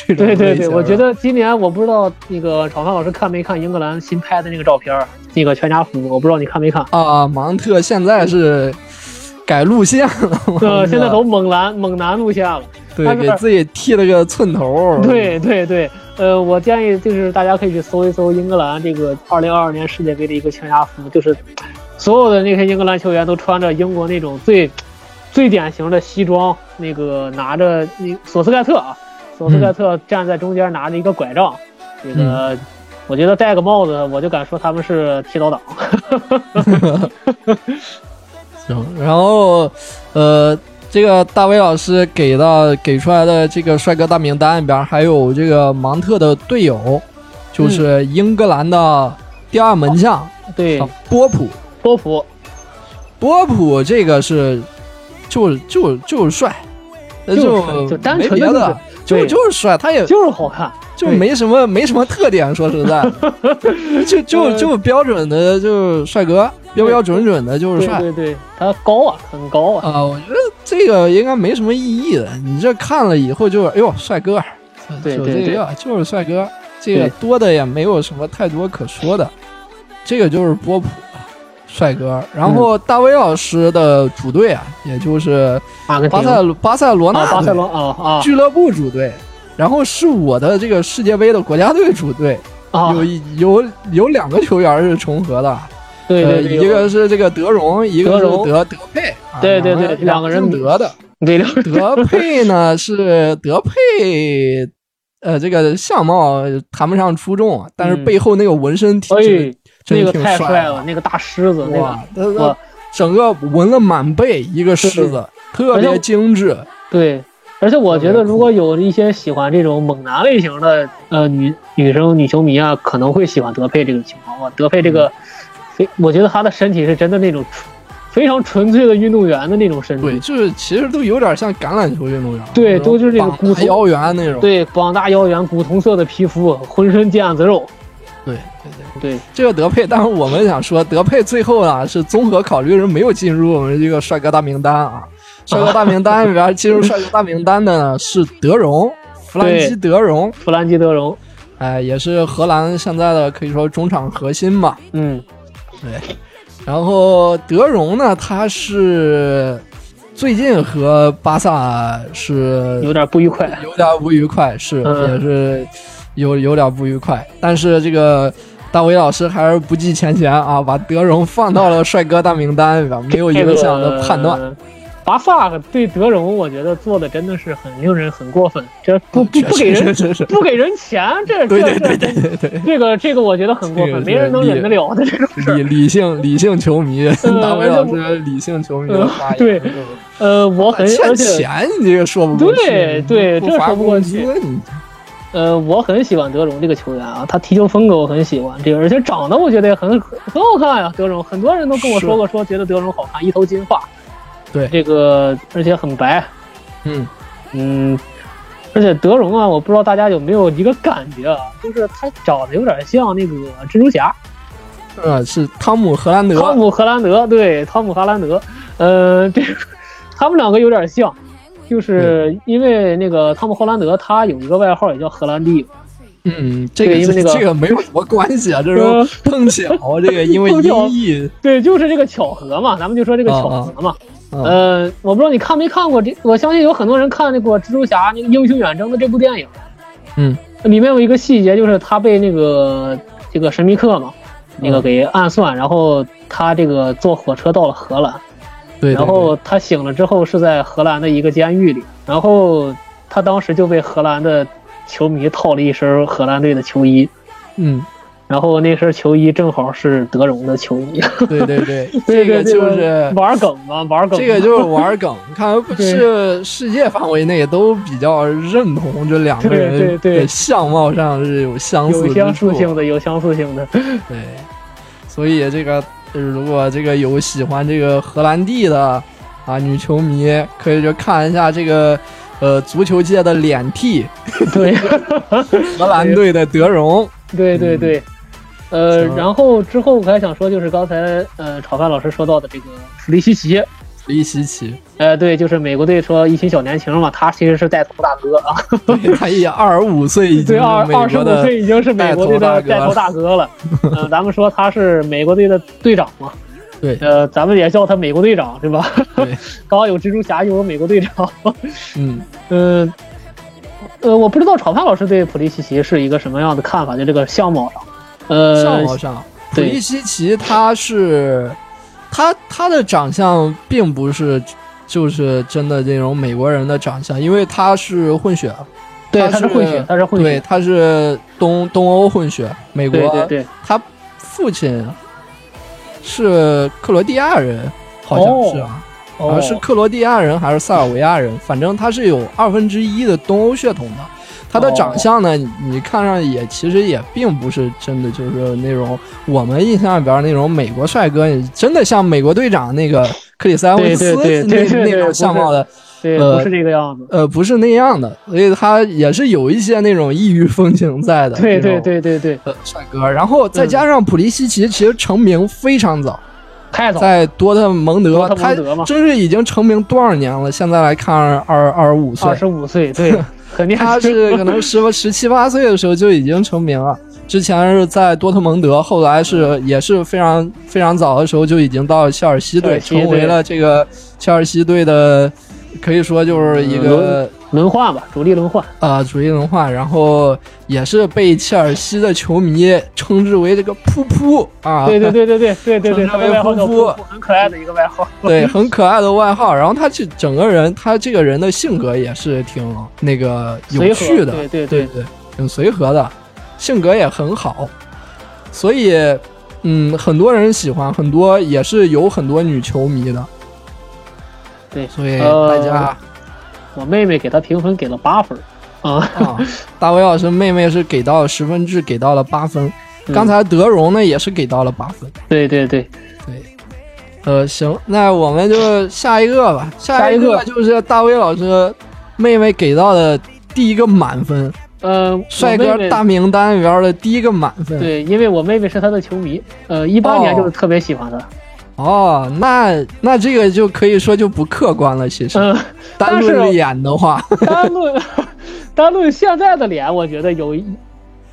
A: 这种类
B: 对
A: 型的。。
B: 对对，我觉得今年我不知道那个炒饭老师看没看英格兰新拍的那个照片儿，那个全家福，我不知道你看没看
A: 啊，芒特现在是改路线 了，
B: 呃，现在都猛男猛男路线了。
A: 对
B: 但是
A: 给自己剃了个寸头。，
B: 对对对，呃，我建议就是大家可以去搜一搜英格兰这个二零二二年世界杯的一个全家福，就是所有的那些英格兰球员都穿着英国那种最最典型的西装，那个拿着
A: 嗯
B: 那索斯盖特啊，索斯盖特站在中间拿着一个拐杖，这个我觉得戴个帽子，我就敢说他们是剃刀党。
A: 行，然后，呃，这个大威老师给到给出来的这个帅哥大名单里边，还有这个芒特的队友，
B: 嗯
A: 就是英格兰的第二门将、
B: 对
A: 啊，波普。
B: 波普，
A: 波普这个是，就就就是帅，呃
B: 就是
A: 就
B: 帅就单
A: 没
B: 纯
A: 别
B: 的
A: 的，就
B: 对
A: 就是帅，他也
B: 就是好看，
A: 就
B: 对
A: 没什么没什么特点，说实 在，就就
B: 呃
A: 就标准的就是帅哥，标标准准的就是帅。
B: 对对对，他高啊，很高啊，
A: 啊，我觉得这个应该没什么意义的。你这看了以后就是，哎呦，帅哥，
B: 对
A: 就
B: 对
A: 这
B: 对
A: 个就是帅哥，这个
B: 对
A: 多的也没有什么太多可说的。这个就是波普，帅哥。然
B: 嗯
A: 后大卫老师的主队啊，也就是
B: 阿根廷
A: 啊巴塞罗巴塞罗那
B: 啊，巴塞
A: 队
B: 罗啊
A: 俱乐部主队，然后是我的这个世界杯的国家队主队，
B: 啊啊
A: 有，一有有两个球员是重合的。
B: 对
A: 呃
B: 对对，
A: 一个是这个德容，一个
B: 德
A: 是
B: 容
A: 德德佩，啊
B: 对对对
A: 两
B: 两个人
A: 姓德的。
B: 对两
A: 德佩呢是德佩，呃，这个相貌谈不上出众啊，但是
B: 嗯
A: 背后那个纹身挺，
B: 哎，
A: 真
B: 那个
A: 挺
B: 太
A: 帅
B: 帅
A: 的
B: 了，那个大狮子，那
A: 哇
B: 个，
A: 他他
B: 哇
A: 整个纹了满背一个狮子，特别精致。
B: 嗯对。而且我觉得，如果有一些喜欢这种猛男类型的呃女女生女球迷啊，可能会喜欢德佩这个情况。哇，德佩
A: 嗯
B: 这个，非我觉得他的身体是真的那种纯非常纯粹的运动员的那种身
A: 对，
B: 体，
A: 就是其实都有点像橄榄球运动员，
B: 对
A: 那种
B: 都就是那个
A: 膀
B: 骨
A: 大
B: 头
A: 腰圆那种。
B: 对，膀大腰圆，古铜色的皮肤，浑身腱子肉，
A: 对对对，
B: 对，
A: 这个德佩，但是我们想说，德佩最后啊是综合考虑是没有进入我们这个帅哥大名单啊。帅哥大名单里边进入帅哥大名单的呢是德容，弗兰基德容，
B: 弗兰基德容，
A: 哎，也是荷兰现在的可以说中场核心吧。
B: 嗯，
A: 然后德容呢，他是最近和巴萨是
B: 有点不愉快。
A: 有点不愉快，是、
B: 嗯
A: 也是有有点不愉快。但是这个大伟老师还是不计前嫌啊，把德容放到了帅哥大名单里边，没有影响的判断。
B: 这个巴萨对德容，我觉得做的真的是很令人很过分，这不不
A: 啊确
B: 不给
A: 实
B: 人
A: 是是是，
B: 不给人钱，这
A: 对对
B: 这
A: 对
B: 这
A: 对对对
B: 这个这个我觉得很过
A: 这个
B: 分，没人能忍得了的这种事
A: 对，理
B: 儿。
A: 理性理性球迷，
B: 嗯
A: 大伟老师理性球迷的发言，
B: 对呃，我很而
A: 欠
B: 且
A: 钱你这个说不过去，
B: 对对
A: 不
B: 这
A: 发
B: 说不
A: 工
B: 过
A: 资
B: 去
A: 你
B: 呃，我很喜欢德容这个球员啊，他踢球风格我很喜欢，这个而且长得我觉得也很很很好看呀、德容很多人都跟我说过，说觉得德容好看，一头金发，
A: 对
B: 这个而且很白，
A: 嗯。
B: 嗯，而且德容啊，我不知道大家有没有一个感觉啊，就是他长得有点像那个蜘蛛侠，
A: 呃，是汤姆·荷兰德，
B: 汤姆·荷兰德，对，汤姆·荷兰德，呃，这个他们两个有点像，就是因为那个汤姆·荷兰德他有一个外号也叫荷兰弟，
A: 嗯，这
B: 对因为
A: 这
B: 那个
A: 这个没有什么关系啊，这
B: 呃
A: 是碰巧，啊这个因为
B: 碰巧
A: 音译，
B: 对，就是这个巧合嘛，咱们就说这
A: 啊
B: 个巧合嘛。
A: 嗯
B: 呃，我不知道你看没看过这，我相信有很多人看那过《蜘蛛侠：那个英雄远征》的这部电影。
A: 嗯，
B: 里面有一个细节，就是他被那个这个神秘客嘛，
A: 嗯
B: 那个给暗算，然后他这个坐火车到了荷兰，
A: 对，对
B: 然后他醒了之后是在荷兰的一个监狱里，然后他当时就被荷兰的球迷套了一身荷兰队的球衣，
A: 对嗯，
B: 然后那身球衣正好是德容的球衣。
A: 对对 对，
B: 对
A: 这个
B: 对
A: 就
B: 对
A: 是
B: 玩梗嘛，玩梗。
A: 这个就是玩梗，看不
B: 对
A: 是世界范围内都比较认同这两个
B: 对对
A: 人
B: 对
A: 的相貌上是有相似
B: 有
A: 之
B: 相
A: 处
B: 似，性的，有相似 性的。
A: 对，所以这个呃如果这个有喜欢这个荷兰弟的啊女球迷，可以去看一下这个呃足球界的脸替
B: 对
A: 荷兰队的德容，
B: 对对对，呃，
A: 行
B: 然后之后我还想说，就是刚才呃炒饭老师说到的这个弗里西奇，
A: 里西奇。
B: 呃，对，就是美国队说一群小年轻嘛，他其实是带头大哥啊，
A: 对， 他也二十五岁已经
B: 对，
A: 是
B: 二
A: 美
B: 二十
A: 国
B: 五
A: 的，
B: 岁已经是美国队的
A: 带
B: 带
A: 头
B: 头大哥了。 呃，咱们说他是美国队的队长嘛，
A: 对
B: 呃，咱们也叫他美国队长对吧？
A: 对，
B: 刚刚有蜘蛛侠，又有美国队长，
A: 嗯，
B: 嗯，呃，我不知道炒饭老师对普利西奇是一个什么样的看法，就这个相貌上，呃，
A: 相貌上，普
B: 对
A: 利西奇他是他他的长相并不是就是真的这种美国人的长相，因为他是混血，
B: 对
A: 他
B: 他是混血他是混血
A: 对，他是东东欧混血，美国。
B: 对对对，
A: 他父亲是克罗地亚人，好像是啊，好像
B: 哦
A: 是克罗地亚人还是塞尔维亚人，反正他是有二分之一的东欧血统的。他的长相呢，
B: 哦
A: 你你看上也其实也并不是真的，就是那种我们印象里边那种美国帅哥，真的像美国队长那个克里斯埃文斯
B: 对对
A: 那
B: 对对对
A: 那
B: 对
A: 种
B: 不
A: 相
B: 是
A: 貌的，
B: 对，
A: 呃
B: 不是这个样子。
A: 呃，不是那样的，所以他也是有一些那种异域风情在的。
B: 对
A: 这
B: 对
A: 种
B: 对对对，
A: 呃，帅哥，然后再加上普利西奇其实成名非常早，
B: 太早了。
A: 在多特蒙德，
B: 哦多特蒙德
A: 他
B: 嘛
A: 真是已经成名多少年了？现在来看二二十五岁
B: 二，十五岁，对，肯定
A: 他是可能十十七八岁的时候就已经成名了。之前是在多特蒙德，后来是也是非常非常早的时候就已经到切尔西队，
B: 切尔西
A: 成为
B: 队
A: 了这个切尔西队的，可以说就是一个。
B: 嗯轮换吧，主力轮换。
A: 啊，主义文化，然后也是被切尔西的球迷称之为这个“噗噗”啊，
B: 对对对对对对对对，
A: 称之
B: 他
A: 为
B: 的外号叫
A: 夫妇
B: 夫妇很可爱的一个外号。
A: 对很可爱的外号。然后他这整个人，他这个人的性格也是挺那个有
B: 随和
A: 趣的，
B: 对对
A: 对
B: 对
A: 对，挺随和的，性格也很好，所以嗯，很多人喜欢，很多也是有很多女球迷的，
B: 对，
A: 所以大
B: 呃
A: 家、
B: 我妹妹给他评分给了八分儿啊。
A: 啊，大卫老师妹妹是给到十分制，给到了八分。
B: 嗯
A: 刚才德容呢也是给到了八分，
B: 对对对，
A: 对，呃，行，那我们就下一个吧。下一
B: 下
A: 个
B: 一
A: 就是大威老师妹妹给到的第一个满分，
B: 呃，
A: 帅
B: 我
A: 哥
B: 妹妹
A: 大名单里边的第一个满分。，
B: 对，因为我妹妹是他的球迷，呃，一八
A: 哦
B: 年就是特别喜欢他，
A: 哦，那那这个就可以说就不客观了。其实、
B: 嗯，
A: 单
B: 但是
A: 论脸的话，
B: 单论 单论现在的脸，我觉得有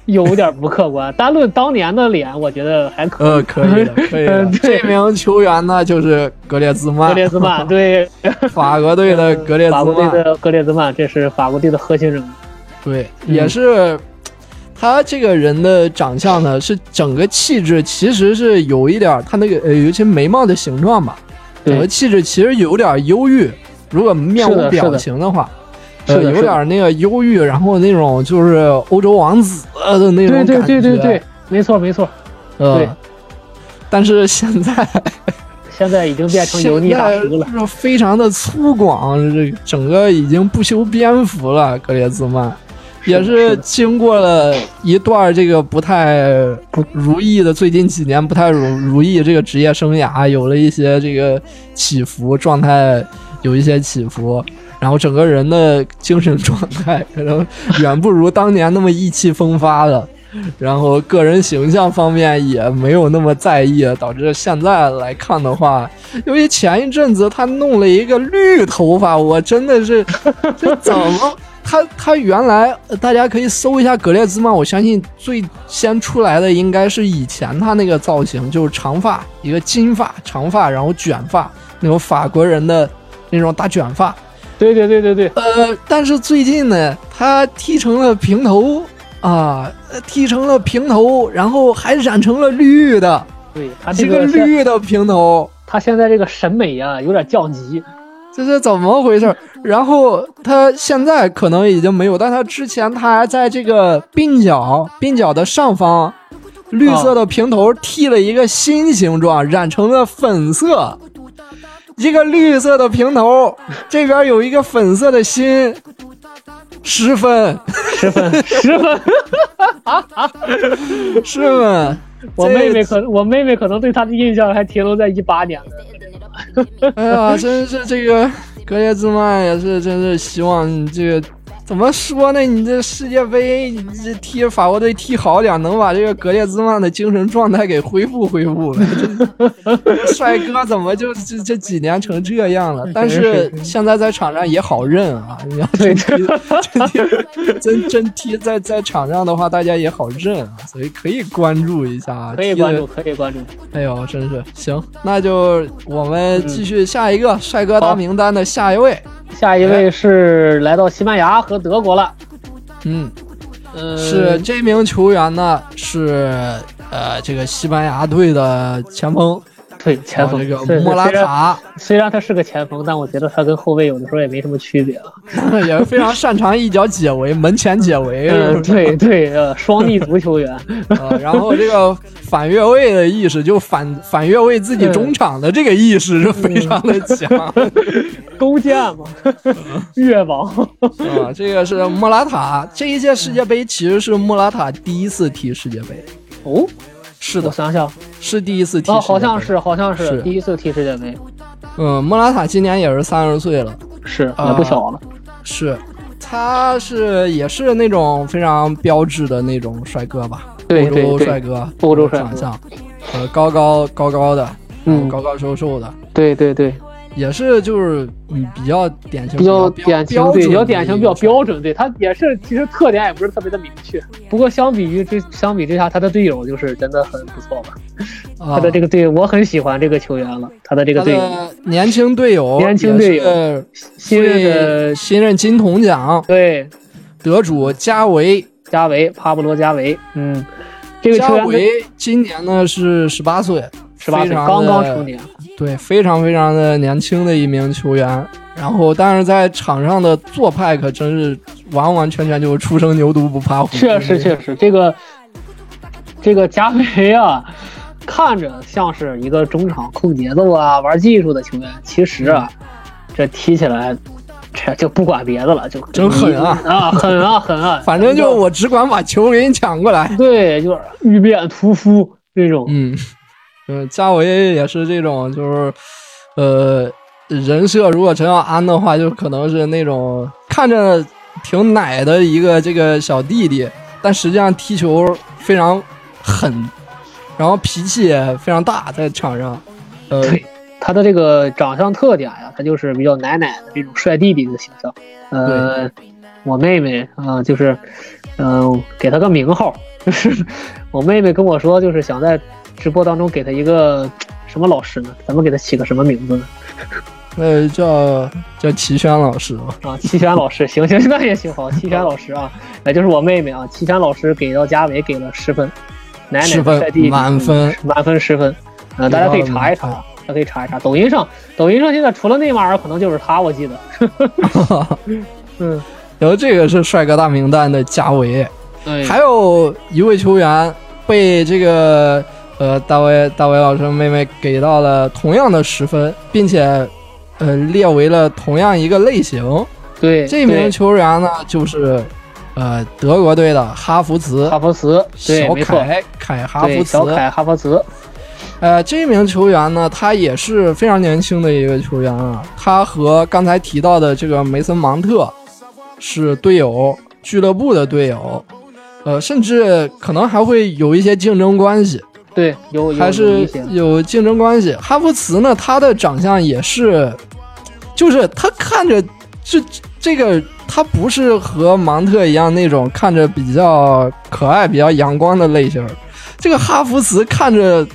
B: 有点不客 观，单论当年的脸，我觉得还可以。
A: 呃，可以的，可以的。
B: 嗯 对
A: 这名球员呢，就是格列兹曼，
B: 格列兹 曼对，
A: 法国队的呃格列兹
B: 法国
A: 曼
B: 队，的格列兹曼，这是法国队的核心人物。
A: 对，
B: 嗯
A: 也是。呃他这个人的长相呢，是整个气质其实是有一点儿，他那个呃，尤其眉毛的形状吧，整个
B: 对，
A: 气质其实有点儿忧郁。如果面
B: 是
A: 无
B: 的是
A: 表
B: 的
A: 情的话，
B: 是
A: 呃，
B: 的
A: 有
B: 是
A: 点
B: 的
A: 儿那个忧郁，然后那种就是欧洲王子呃的那种
B: 对
A: 感
B: 对
A: 觉。
B: 对对对，没错没错，
A: 呃
B: 对
A: 但是现在
B: 现在已经变成油腻大叔了
A: 现。在就是非常的粗犷，这整个已经不修边幅了。格列兹曼也
B: 是的是
A: 是
B: 的
A: 经过了一段这个不太不如意的，最近几年不太如如意这个职业生涯，有了一些这个起伏，状态有一些起伏。然后整个人的精神状态可能远不如当年那么意气风发了，然后个人形象方面也没有那么在意，导致现在来看的话，由于前一阵子他弄了一个绿头发，我真的是，这怎么？他他原来呃大家可以搜一下格列兹曼，我相信最先出来的应该是以前他那个造型，就是长发，一个金发长发，然后卷发，那种法国人的那种大卷发。
B: 对对对对对，
A: 呃，但是最近呢，他剃成了平头啊，呃剃成了平头，然后还染成了绿的，
B: 对他
A: 是
B: 这
A: 个
B: 个现
A: 绿的平头。
B: 他现在这个审美啊，有点 降级。
A: 这是怎么回事儿？然后他现在可能已经没有，但他之前他还在这个鬓角鬓角的上方，绿色的平头剃了一个新形状，染成了粉色。一个绿色的平头，这边有一个粉色的心，十分，
B: 十分，十分。
A: 是吗？
B: 我
A: 这
B: 妹妹可，我妹妹可能对他的印象还停留在一八年的。
A: 哎呀，真是这个格列兹曼也是，真是希望你这个怎么说呢？你这世界杯，你这踢法国队踢好点，能把这个格列兹曼的精神状态给恢复恢复 了。这帅哥怎么就这这几年成这样了？但是现在在场上也好认 啊，你要真踢真踢真真踢在在场上的话，大家也好认啊，所以可以关注一下，啊
B: 可以
A: 踢得
B: 关注，可以关注。
A: 哎呦，真是行，那就我们继续下一个、帅哥大名单的下一位。
B: 下一位是来到西班牙和德国了，
A: 嗯，
B: 嗯，
A: 是这呃名球员呢，是呃这个西班牙队的前锋，
B: 对，前
A: 然后
B: 锋
A: 这个
B: 是
A: 莫拉
B: 虽然
A: 塔
B: 虽然他是个前锋，但我觉得他跟后卫有的时候也没什么区别了。
A: 也非常擅长一脚解围、门前解 围，
B: 嗯，对对，呃，双翼足 球员，
A: 呃，然后这个反越位的意识，就反反越位自己中场的这个意识是
B: 嗯
A: 非常的 强啊、
B: 勾践嘛，
A: 嗯
B: 越 王，
A: 这个是莫拉塔，这一届世界杯其实是莫拉塔第一次踢世界杯，
B: 哦，
A: 是
B: 我
A: 的，
B: 想想，
A: 是第一次踢世界
B: 哦，
A: 杯，
B: 好像是，好像
A: 是
B: 是第一次踢世界杯，
A: 嗯，莫拉塔今年也是三十岁了，
B: 是
A: 啊
B: 也不小了，
A: 是，他是也是那种非常标志的那种帅哥吧，
B: 对
A: 欧洲
B: 对
A: 帅
B: 对，
A: 哥，
B: 欧洲帅
A: 长
B: 哥，
A: 相，呃，高高高高的，
B: 嗯，
A: 高高瘦瘦的。
B: 对对对，
A: 也是就是嗯比较典型，
B: 比较
A: 标
B: 典型
A: 标，
B: 对，
A: 准
B: 比较
A: 的
B: 典型，
A: 一
B: 比
A: 个
B: 较标准，对他也是，其实特点也不是特别的明确。不过相比于这，相比之下，他的队友就是真的很不错吧？
A: 啊
B: 他的这个队友，我很喜欢这个球员了，他的这个
A: 他
B: 队友，
A: 的年轻队友，
B: 年轻队友
A: 友，
B: 新任的
A: 新任金童奖
B: 对
A: 得主加维，
B: 加维帕布罗加维，嗯，这个
A: 加
B: 球员跟
A: 维今年呢是十八岁，
B: 十八
A: 非
B: 岁，
A: 常
B: 刚刚
A: 的嗯
B: 成年，
A: 对，非常非常的年轻的一名球员。然后，但是在场上的做派可真是完完全全就是初生牛犊不怕虎，
B: 确实确实，这个这个加维啊，看着像是一个中场控节奏啊、玩技术的球员，其实啊，
A: 嗯
B: 这踢起来，这就不管别的了，就
A: 真狠啊
B: 啊，狠啊狠啊！
A: 反正就我只管把球给你抢过来。
B: 对，就是玉面屠夫那种，
A: 嗯， 嗯，加维也是这种，就是呃，人设如果陈要安的话，就可能是那种看着挺奶的一个这个小弟弟，但实际上踢球非常狠，然后脾气也非常大，在场上，呃，
B: 对他的这个长相特点呀、他就是比较奶奶的这种帅弟弟的形象。呃，我妹妹啊、就是，嗯、给他个名号，就是 我妹妹跟我说，就是想在直播当中给他一个什么老师呢？咱们给他起个什么名字呢？
A: 呃，叫叫齐轩老师 吧，
B: 啊，齐全老师，行行，那也行，好，齐全老师啊，也就是我妹妹啊，齐全老师给到佳伟给了十分，奶奶
A: 十
B: 的
A: 分
B: 帅弟弟
A: 满分
B: 嗯满分十分，啊、大家可以查一查，大家可以查一查，抖音上，抖音上现在除了内马尔，可能就是他，我记得，嗯，
A: 然后这个是帅哥大名单的加维，
B: 对，
A: 还有一位球员被这个呃大卫大卫老师妹妹给到了同样的十分，并且呃列为了同样一个类型。
B: 对，
A: 这名球员呢就是呃德国队的哈弗茨
B: 对哈。弗茨，对，
A: 小
B: 没错，
A: 凯凯哈弗
B: 对，
A: 茨
B: 小，凯哈弗茨，
A: 呃，这名球员呢，他也是非常年轻的一个球员啊。他和刚才提到的这个梅森芒特是队友，俱乐部的队友，呃，甚至可能还会有一些竞争关系，
B: 对，有有
A: 还
B: 有一
A: 是
B: 些，
A: 有竞争关系。哈弗茨呢，他的长相也是，就是他看着这这个，他不是和芒特一样那种看着比较可爱、比较阳光的类型儿，这个哈弗茨看着。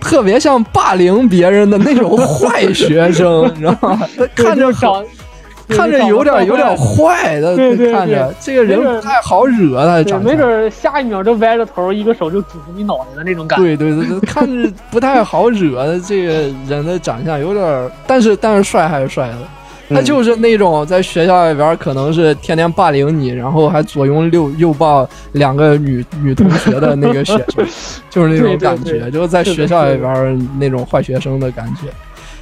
A: 特别像霸凌别人的那种坏学生，你知道吗？他看着
B: 对就是长。
A: 看着
B: 就是长得
A: 有
B: 坏
A: 点
B: 坏
A: 有点坏的，
B: 对对
A: 看着
B: 对
A: 这个人
B: 没准
A: 不太好惹，他的
B: 对，
A: 长
B: 没
A: 相
B: 准。儿下一秒就歪着头，一个手就拄住你脑袋的那种感
A: 对
B: 觉。
A: 对对，对看着不太好惹 的这个人的长相有点儿，但是但是帅还是帅的。
B: 嗯
A: 他就是那种在学校里边儿可能是天天霸凌你，然后还左拥右右抱两个女女同学的那个学 生，就是那种感觉，
B: 对对对
A: 就是在
B: 是的
A: 学校里边儿那种坏学生的感觉。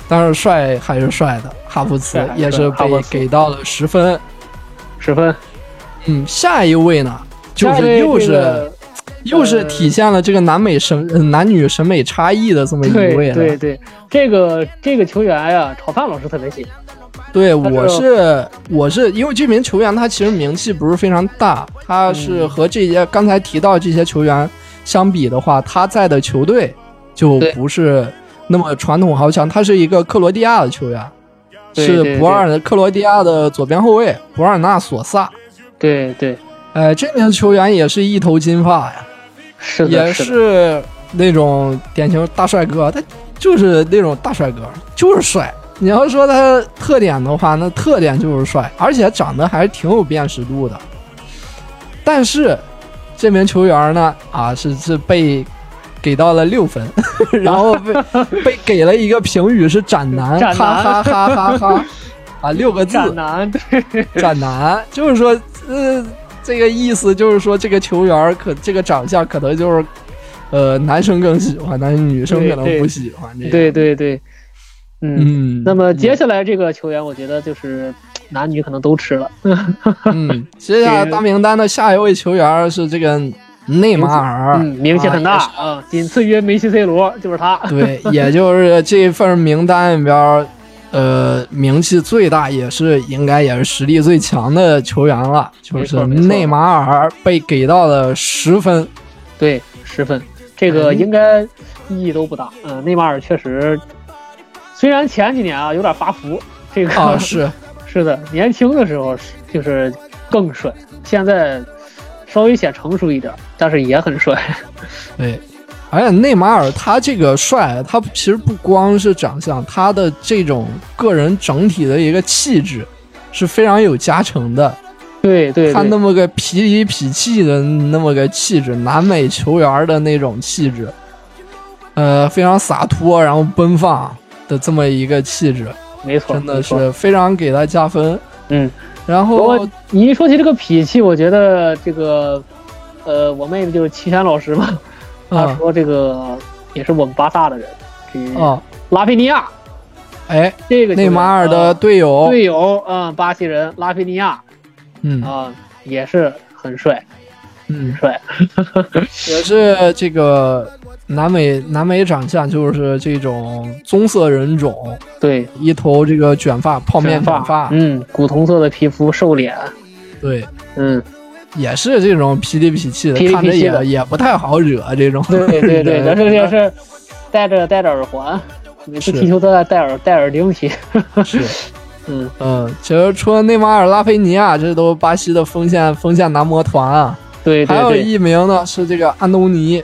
A: 但是帅还是帅的，哈弗茨
B: 帅还是
A: 也是
B: 帅哈
A: 被
B: 弗茨
A: 给到了十分。
B: 十分，
A: 嗯，下一位呢，就是又是、
B: 下一位这个
A: 又是体现了这个南美审呃男女审美差异的这么一位啊
B: 对
A: 了。
B: 对对，这个这个球员呀，炒饭老师特别喜欢。
A: 对
B: 他
A: 我
B: 就是
A: 我是因为这名球员他其实名气不是非常大，他
B: 嗯
A: 是和这些、刚才提到这些球员相比的话，他在的球队就
B: 对
A: 不是那么传统豪强，他是一个克罗地亚的球员，
B: 对对
A: 是
B: 对
A: 博尔克罗地亚的左边后卫博尔纳索萨。
B: 对对，
A: 呃，这名球员也是一头金发呀，
B: 是
A: 也
B: 的，是的，
A: 是那种典型大帅哥，他就是那种大帅哥，就是帅。你要说他特点的话，那特点就是帅，而且长得还是挺有辨识度的。但是这名球员呢，啊，是是被给到了六分，然后被被给了一个评语是“斩男”，
B: 斩
A: 哈
B: 男
A: 哈哈哈哈，啊，六个字
B: 战男， 对，
A: “斩男”，就是说，呃，这个意思就是说这个球员可这个长相可能就是，呃，男生更喜欢，但是女生可能
B: 对
A: 不
B: 对
A: 喜欢这个。
B: 对对对，嗯。
A: 嗯，
B: 那么接下来这个球员，我觉得就是男女可能都吃了。
A: 嗯，接下来大名单的下一位球员是这个内马尔，
B: 嗯，名气很大
A: 啊
B: 啊，仅次于梅西、C 罗，就是他。
A: 对，也就是这份名单里边儿，呃，名气最大，也是应该也是实力最强的球员了，就
B: 没
A: 是
B: 错没错
A: 内马尔被给到了十分。
B: 对，十分，这
A: 哎
B: 个应该意义都不大。嗯，内马尔确实，虽然前几年啊有点发福，这个、
A: 啊，是，
B: 是的，年轻的时候是就是更帅，现在稍微显成熟一点，但是也很帅。
A: 对。而且哎内马尔他这个帅，他其实不光是长相，他的这种个人整体的一个气质是非常有加成的。
B: 对对
A: 他那
B: 对，
A: 么个痞里痞气的那么个气质，南美球员的那种气质，呃，非常洒脱，然后奔放的这么一个气质，
B: 没错，
A: 真的
B: 没错。
A: 是非常给他加分。
B: 嗯，
A: 然
B: 不
A: 后
B: 过你一说起这个脾气，我觉得这个，呃，我妹妹就是齐轩老师嘛，她
A: 啊
B: 说这个也是我们巴萨的人，这
A: 啊，
B: 拉菲尼亚
A: 哎，
B: 这个球员
A: 内马尔
B: 啊
A: 的队友，
B: 队友，嗯，巴西人拉菲尼亚
A: 嗯
B: 啊，也是很帅，
A: 嗯，
B: 帅，
A: 也是这个南美南美长相，就是这种棕色人种，
B: 对，
A: 一头这个卷发，泡面卷发，
B: 嗯，古铜色的皮肤，瘦脸，
A: 对。
B: 嗯，
A: 也是这种痞里痞气的，
B: 痞里痞气的啊
A: 看着也也不太好惹这种人。
B: 对对对，但是也是戴着戴着耳环，每
A: 是
B: 次踢球都在戴耳戴耳钉踢，
A: 是，
B: 嗯，
A: 嗯，其实除了内马尔、拉菲尼亚，这都巴西的锋线锋线男模团啊。
B: 对对
A: 还有
B: 对
A: 一名呢是这个安东尼，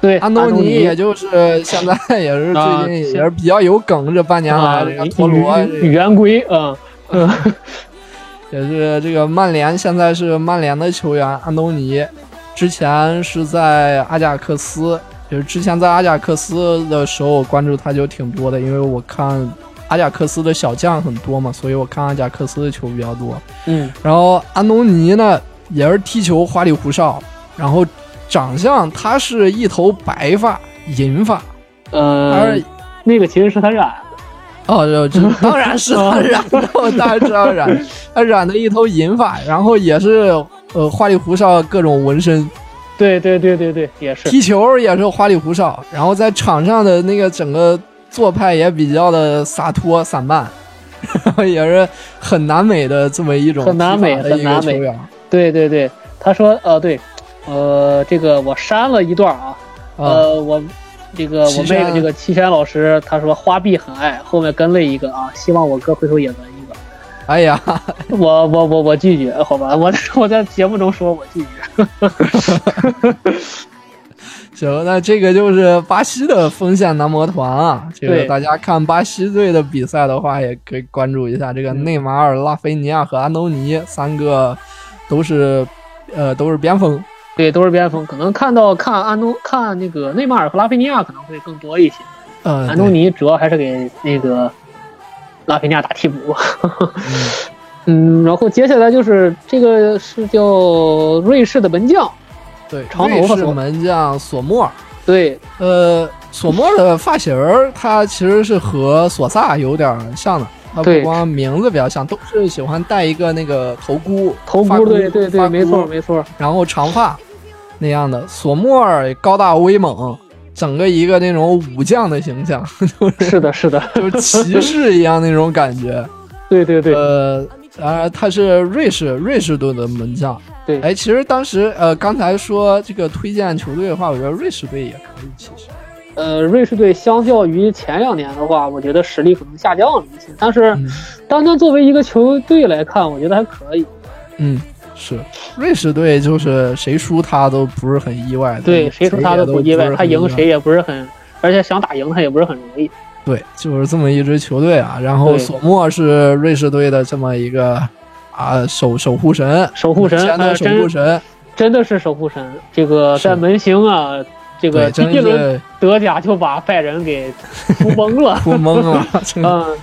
B: 对，
A: 安
B: 东
A: 东尼也就是现在也是最
B: 啊
A: 近
B: 是
A: 也是比较有梗，这半年
B: 啊
A: 来这个陀螺
B: 圆
A: 这个
B: 圆规， 嗯嗯，
A: 也是这个曼联现在是曼联的球员安东尼，之前是在阿贾克斯，就是之前在阿贾克斯的时候关注他就挺多的，因为我看阿贾克斯的小将很多嘛，所以我看阿贾克斯的球比较多。
B: 嗯，
A: 然后安东尼呢也是踢球花里胡哨，然后长相他是一头白发银发， 而
B: 呃，那个其实是他染
A: 哦，这这当然是他染的，我当然知道染，他染的一头银发，然后也是呃花里胡哨各种纹身，
B: 的，对对对对对，也是，
A: 踢球也是花里胡哨，然后在场上的那个整个做派也比较的洒脱散漫，然后 也是很南美的这么一种
B: 很南美
A: 踢法的一个
B: 很南
A: 球
B: 美
A: 员啊
B: 对对对，他说呃对，呃这个我删了一段啊，
A: 啊，
B: 呃我这个我
A: 七
B: 妹
A: 山
B: 这个七轩老师他说花臂很爱，后面跟了一个啊，希望我哥回头也纹一个。
A: 哎呀，
B: 我我我我拒绝，好吧，我我在节目中说我拒绝。
A: 行，那这个就是巴西的锋线男模团啊。这个
B: 对
A: 大家看巴西队的比赛的话，也可以关注一下这个
B: 嗯
A: 内马尔、拉菲尼亚和安东尼三个，都是呃都是边锋。
B: 对，都是边锋，可能看到看安东看那个内马尔和拉菲尼亚可能会更多一些，
A: 呃，
B: 安东尼主要还是给那个拉菲尼亚打替补。 嗯，然后接下来就是这个是叫瑞士的门将，
A: 对，对
B: 长头发
A: 瑞士
B: 是吧
A: 门将索莫尔。
B: 对
A: 呃，索莫尔的发型儿，他其实是和索萨有点像的。他不
B: 对
A: 光名字比较像，都是喜欢戴一个那个头箍，
B: 头
A: 发
B: 箍，对对
A: 发
B: 对，没错
A: 箍
B: 没错，
A: 然后长发那样的。索莫尔高大威猛，整个一个那种武将的形象，
B: 是的是的，
A: 就是骑士一样那种感觉。
B: 对对对
A: 呃，然而他是瑞士瑞士队的门将。
B: 对
A: 哎，其实当时呃，刚才说这个推荐球队的话，我觉得瑞士队也可以，其实。
B: 呃，瑞士队相较于前两年的话，我觉得实力可能下降了一些，但是
A: 嗯
B: 单单作为一个球队来看，我觉得还可以。
A: 嗯，是瑞士队，就是谁输他都不是很意外的。
B: 对，嗯谁说他
A: 也
B: 都
A: 不
B: 不意
A: 是
B: 外，
A: 很
B: 他
A: 意
B: 赢
A: 外
B: 谁也不是很，而且想打赢他也不是很容易。
A: 对，就是这么一支球队啊。然后
B: 对
A: 索莫是瑞士队的这么一个啊守守护神，
B: 守护神
A: 前的
B: 呃
A: 守护神，
B: 真的是守护神，这个
A: 是
B: 在门兴啊，这
A: 对，
B: 个第
A: 真
B: 一轮
A: 是
B: 德甲就把拜仁给扑懵 了。
A: 不懵啊，真的呃
B: 嗯，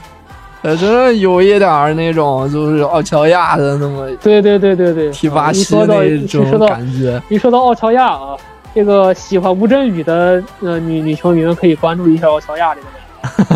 A: 真的有一点儿那种就是奥乔亚的那么
B: 对对对对对，
A: 提
B: 啊
A: 巴
B: 哦一
A: 西
B: 说到
A: 那
B: 一
A: 种
B: 说到
A: 感觉。
B: 一说到奥乔亚啊，这个喜欢吴镇宇的呃女女球迷们可以关注一下奥乔亚这个人。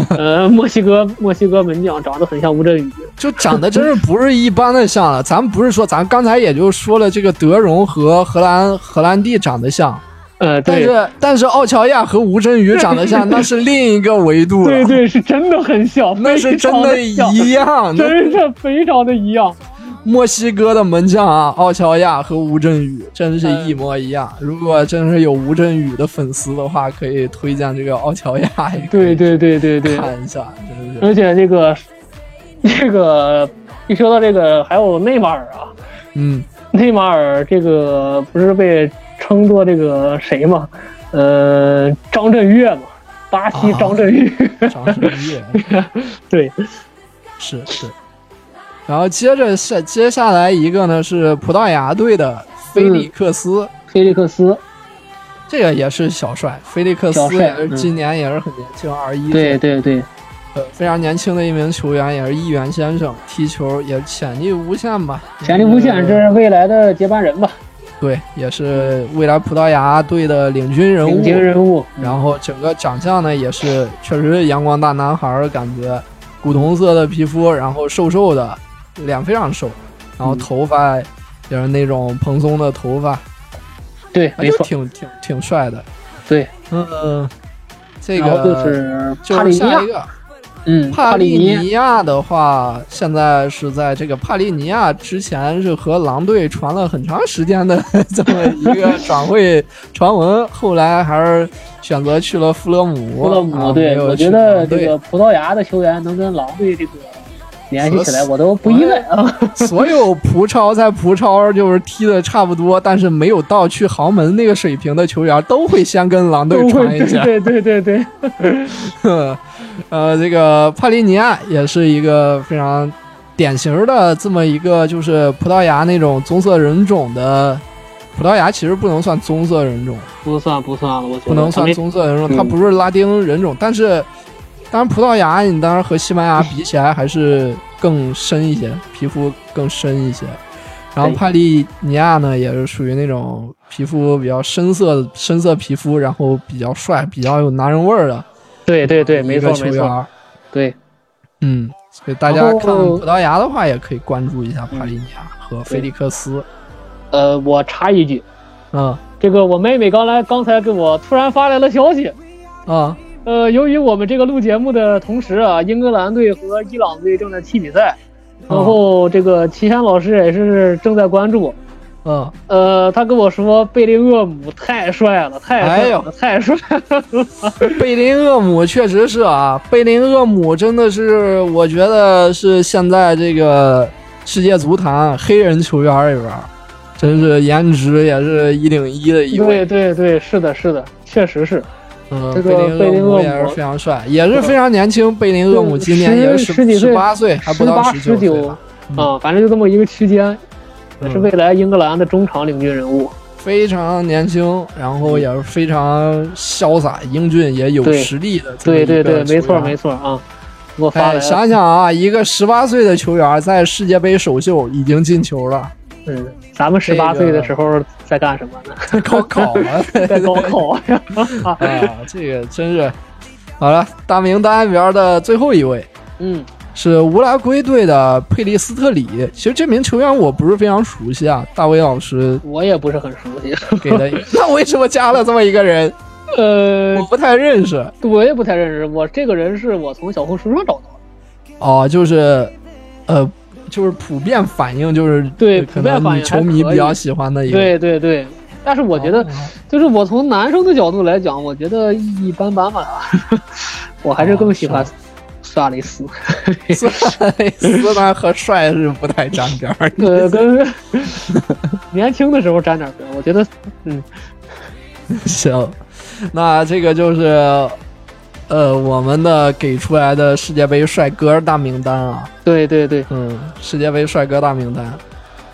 B: 呃，墨西哥墨西哥门将长得很像吴镇宇，
A: 就长得真是不是一般的像了。咱不是说，咱刚才也就说了，这个德容和荷兰荷兰弟长得像，
B: 呃，
A: 但
B: 对
A: 是但是奥乔亚和吴镇宇长得 像，那是另一个维度了
B: 对，对，是真的很 像，
A: 那是真
B: 的像，
A: 一样。那
B: 真是非常的一样。
A: 墨西哥的门将啊，奥乔亚和吴镇宇真是
B: 嗯
A: 一模一样。如果真是有吴镇宇的粉丝的话，可以推荐这个奥乔亚，也可
B: 对
A: 以
B: 对对对对，
A: 看一下，真是
B: 而且这个这个一说到这个，还有内马尔啊，
A: 嗯，
B: 内马尔这个不是被称作这个谁嘛，呃，张震岳嘛，巴西
A: 啊
B: 张震岳，
A: 张世业。
B: 对，
A: 是是。然后接着下接下来一个呢是葡萄牙队的菲利克斯，
B: 菲利克斯，
A: 这个也是小帅，菲利克斯
B: 小帅
A: 也是
B: 嗯
A: 今年也是很年轻，二一
B: 对对对，
A: 呃非常年轻的一名球员，也是一员先生，踢球也潜力无限吧，
B: 潜力无限，这
A: 是
B: 是未来的接班人吧，
A: 对，也是未来葡萄牙队的领军人
B: 顶级
A: 物。
B: 人物，
A: 然后整个长相呢也是确实是阳光大男孩儿的感觉，古铜色的皮肤，然后瘦瘦的，脸非常瘦，然后
B: 嗯
A: 头发也是那种蓬松的头发，
B: 对，
A: 啊
B: 没
A: 就
B: 错，
A: 挺挺挺帅的。
B: 对，
A: 嗯，这
B: 然后就
A: 个
B: 是呃帕
A: 就
B: 里
A: 是
B: 尼
A: 下
B: 亚
A: 一，个
B: 嗯，
A: 帕
B: 帕里
A: 利
B: 尼亚，
A: 尼亚的话，现在是在这个帕利尼亚之前是和狼队传了很长时间的 这么一个转会传闻，后来还是选择去了弗勒姆。
B: 弗勒
A: 啊
B: 姆，啊对
A: 没有
B: 我
A: 去
B: 觉得
A: 狼队
B: 这个葡萄牙的球员能跟狼队这个联系起来，我都不意外啊。
A: 所有葡超在葡超就是踢的差不多，但是没有到去豪门那个水平的球员，都会先跟狼队
B: 都
A: 传
B: 会，
A: 一下。
B: 对对对对，
A: 呃，这个帕利尼亚也是一个非常典型的这么一个，就是葡萄牙那种棕色人种的。葡萄牙其实不能算棕色人种，
B: 不算不算了，我觉得
A: 不能算
B: 他们
A: 棕色人种，
B: 嗯
A: 它不是拉丁人种。但是，当然葡萄牙你当然和西班牙比起来还是更深一些，皮肤更深一些。然后
B: 对
A: 帕利尼亚呢，也是属于那种皮肤比较深色、深色皮肤，然后比较帅、比较有男人味儿的
B: 对对对，没
A: 一
B: 错
A: 个球
B: 没
A: 员啊
B: 错，
A: 儿。
B: 对
A: 嗯，所以大家
B: 然后
A: 看葡萄牙的话，也可以关注一下帕利尼亚和菲利克斯。
B: 呃，我插一句，
A: 嗯
B: 这个我妹妹刚来刚才给我突然发来了消息，
A: 啊
B: 呃，由于我们这个录节目的同时啊，英格兰队和伊朗队正在踢比赛，然后这个齐山老师也是正在关注。
A: 嗯，
B: 呃，他跟我说贝林厄姆太帅了，太
A: 哎
B: 帅
A: 呦
B: 了，太帅了。
A: 贝林厄姆确实是啊，贝林厄姆真的是，我觉得是现在这个世界足坛黑人球员里边儿，真是颜值也是一顶一的一位。
B: 对对对，是的，是的，确实是。
A: 嗯，
B: 这个
A: 贝
B: 贝林
A: 厄
B: 厄
A: 姆
B: 姆
A: 也是非常帅，也是非常年轻。贝林厄姆今年
B: 就
A: 也
B: 十十几岁
A: 十八岁，还不到
B: 18
A: 19岁
B: 19
A: 吧。嗯
B: 啊，反正就这么一个区间，也是
A: 嗯
B: 未来英格兰的中场领军人物。
A: 非常年轻，然后也是非常潇洒、英俊，也有
B: 对
A: 实力的这么一
B: 对
A: 个球
B: 对
A: 员。
B: 对，没错没错啊！给我发
A: 哎，
B: 来了，
A: 想想啊，一个十八岁的球员在世界杯首秀已经进球 了，
B: 嗯，咱们十八岁的时候在干什 么呢？
A: 高考 了
B: 在高考呀！
A: 啊！这个真是好了。大名单里边的最后一位
B: 嗯，
A: 是乌拉圭队的佩利斯特里。其实这名球员我不是非常熟悉啊，大威老师
B: 我也不是很熟悉，
A: 给的。那为什么加了这么一个人？
B: 呃
A: 我，不太认识。
B: 我也不太认识。我这个人是我从小红书上找到的，
A: 哦，就是，呃，就是普遍反应就是
B: 对
A: 可
B: 普遍
A: 能
B: 反
A: 女
B: 应
A: 球
B: 还
A: 迷
B: 可
A: 比较
B: 以
A: 喜欢的一个。
B: 对对对。但是我觉
A: 哦
B: 得，就是我从男生的角度来讲，我觉得一般般吧。 我还是更喜欢
A: 哦
B: 萨 雷斯。
A: 斯斯丹和帅是不太沾边儿。
B: 呃，跟年轻的时候沾点边儿，我觉得，嗯，
A: 行，那这个就是，呃，我们的给出来的世界杯帅哥大名单啊，
B: 对对对，
A: 嗯，世界杯帅哥大名单。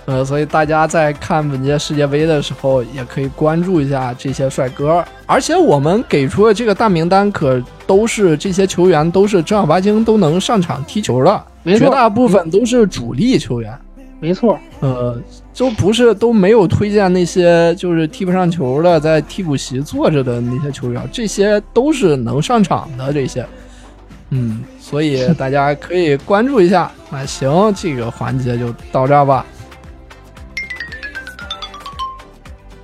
A: 呃，所以大家在看本届世界杯的时候，也可以关注一下这些帅哥。而且我们给出的这个大名单，可都是这些球员都是正儿八经都能上场踢球的，
B: 没
A: 绝
B: 错，嗯
A: 大部分都是主力球员。
B: 没错，
A: 呃，就不是都没有推荐那些就是踢不上球的，在替补席坐着的那些球员，这些都是能上场的这些。嗯，所以大家可以关注一下。那行，这个环节就到这儿吧。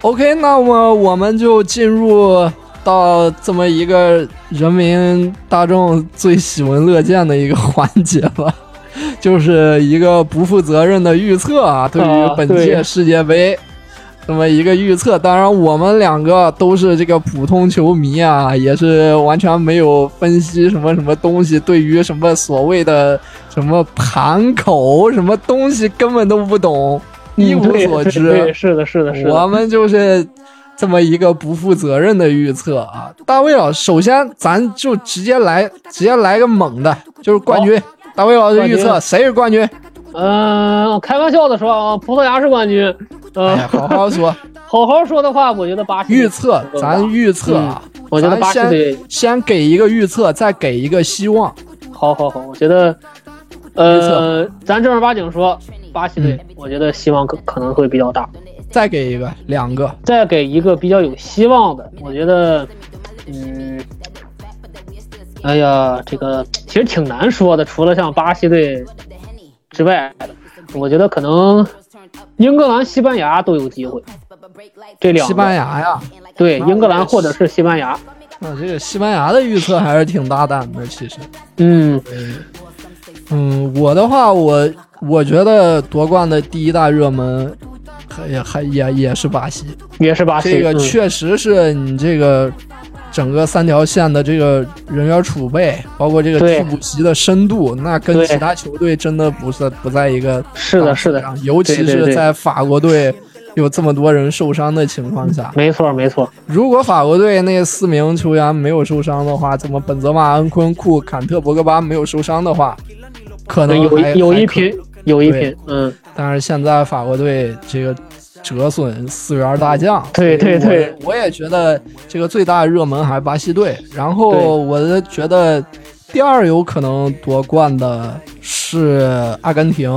A: OK，那么我们就进入到这么一个人民大众最喜闻乐见的一个环节了， 就是一个不负责任的预测啊，对于
B: 啊
A: 本
B: 对
A: 届世界杯。这么一个预测，当然我们两个都是这个普通球迷啊，也是完全没有分析什么什么东西，对于什么所谓的什么盘口什么东西根本都不懂， 一
B: 嗯
A: 无
B: 对
A: 所
B: 对
A: 知。啊
B: 对，是的，是的，是
A: 我啊
B: 的，
A: 们就是这么一个不负责任的预测啊！大卫老师，首先咱就直接来，直接来个猛的，就是冠军。大卫老师预测
B: 冠军啊
A: 谁是冠军？
B: 嗯、开玩笑的说啊，葡萄牙是冠军，
A: 哎
B: 呃，
A: 呀，好好 说，
B: 好好说的话，我觉得巴西
A: 预测，咱预测啊，
B: 嗯我觉得巴西
A: 咱
B: 队
A: 先先给一个预测，再给一个希望。
B: 好好好，我觉得，
A: 没
B: 呃
A: 错，
B: 咱正儿八经说，巴西队，
A: 嗯
B: 我觉得希望可可能会比较大。
A: 再给一个，两个，
B: 再给一个比较有希望的，我觉得，嗯，哎呀，这个其实挺难说的，除了像巴西队之外的，我觉得可能英格兰、西班牙都有机会。这两个
A: 西班牙呀，
B: 对英格兰或者是西班牙，
A: 那这个西班牙的预测还是挺大胆的，其实。
B: 嗯，
A: 嗯，我的话，我我觉得夺冠的第一大热门，还也还也也是巴西。
B: 也是巴西。
A: 这个
B: 嗯
A: 确实是你这个整个三条线的这个人员储备，包括这个
B: 对
A: 替补席的深度，那跟
B: 对
A: 其他球队真的不是不在一个
B: 是的
A: 档
B: 是的
A: 次上尤其
B: 对对
A: 是
B: 对
A: 在法国队有这么多人受伤的情况下，
B: 没错没错，
A: 如果法国队那四名球员没有受伤的话，怎么本泽马、恩昆库、坎特、博格巴没有受伤的话，可能
B: 有
A: 还
B: 一有
A: 还
B: 一
A: 可以
B: 拼有一
A: 对
B: 拼，嗯，
A: 但是现在法国队这个折损四员大将，
B: 对对
A: 所以
B: 对
A: 我，我也觉得这个最大热门还是巴西队。然后
B: 对
A: 我的觉得第二有可能夺冠的是阿根廷，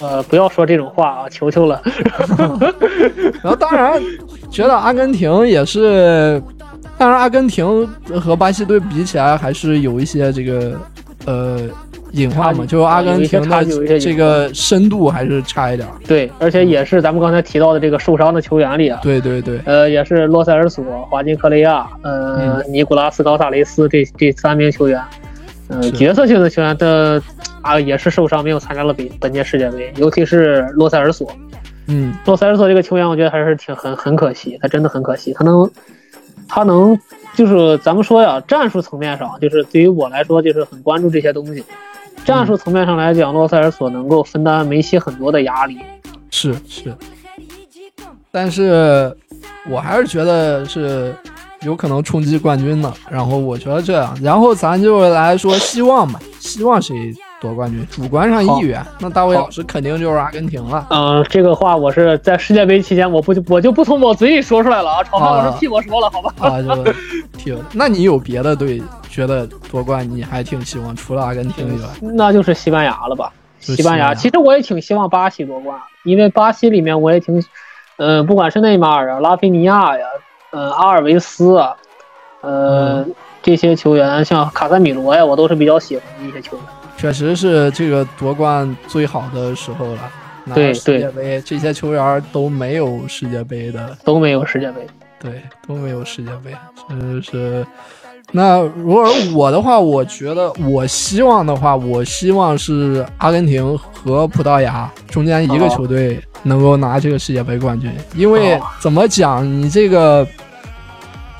B: 呃，不要说这种话啊，求 求了。
A: 然后当然觉得阿根廷也是，当然阿根廷和巴西队比起来还是有一些这个呃隐患嘛，
B: 差距
A: 就是阿根廷
B: 有一些差距有一些
A: 的
B: 隐患
A: 这个深度还是差一点儿。
B: 对，而且也是咱们刚才提到的这个受伤的球员里啊，
A: 对对对。
B: 呃，也是洛塞尔索、华金克雷亚、呃、尼古拉斯高萨雷斯这这三名球员，嗯、
A: 是
B: 角色性的球员的啊、也是受伤，没有参加了本本届世界杯，尤其是洛塞尔索。
A: 嗯，
B: 洛塞尔索这个球员，我觉得还是挺很很可惜，他真的很可惜，他能他能就是咱们说呀，战术层面上，就是对于我来说，就是很关注这些东西。战术层面上来讲，洛塞尔索能够分担梅西很多的压力，
A: 是是，但是我还是觉得是有可能冲击冠军的。然后我觉得这样，然后咱就来说希望吧，希望谁夺冠军？主观上
B: 好
A: 意愿，那大卫
B: 好
A: 老师肯定就是阿根廷 了。
B: 嗯、这个话我是在世界杯期间，我不我就不从我嘴里说出来了啊，炒饭
A: 啊
B: 老师替我说了，好吧？
A: 啊，就挺。那你有别的队觉得夺冠你还挺希望，除了阿根廷以外，
B: 那就是西班牙了吧？
A: 就
B: 西班牙，其实我也挺希望巴西夺冠，因为巴西里面我也挺，呃，不管是内马尔啊、拉菲尼亚呀、呃、阿尔维斯啊，呃，这些球员，像卡塞米罗呀，我都是比较喜欢的一些球员。
A: 确实是这个夺冠最好的时候了。拿
B: 对
A: 世
B: 对
A: 界杯这些球员都没有世界杯的
B: 都没有世界杯，
A: 对，都没有世界杯，真是。那如果是我的话，我觉得我希望的话，我希望是阿根廷和葡萄牙中间一个
B: 哦
A: 球队能够拿这个世界杯冠军，因为
B: 哦
A: 怎么讲，你这个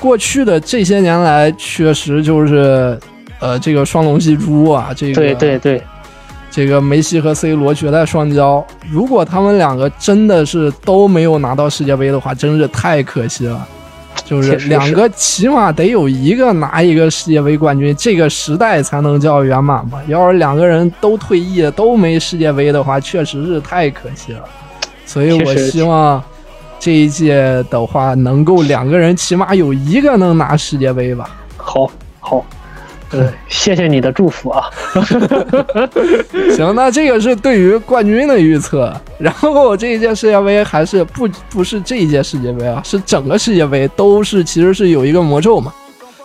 A: 过去的这些年来，确实就是呃，这个双龙戏珠啊，这个
B: 对对对，
A: 这个梅西和 C 罗决赛双骄，如果他们两个真的是都没有拿到世界杯的话，真是太可惜了。就是
B: 确实是
A: 两个起码得有一个拿一个世界杯冠军，这个时代才能叫圆满吧。要是两个人都退役了都没世界杯的话，确实是太可惜了。所以我
B: 确实
A: 希望这一届的话，能够两个人起码有一个能拿世界杯吧。
B: 好， 好，呃，谢谢你的祝福 啊。
A: 行，那这个是对于冠军的预测。然后这一届世界杯还是不不是这一届世界杯啊，是整个世界杯都是其实是有一个魔咒嘛，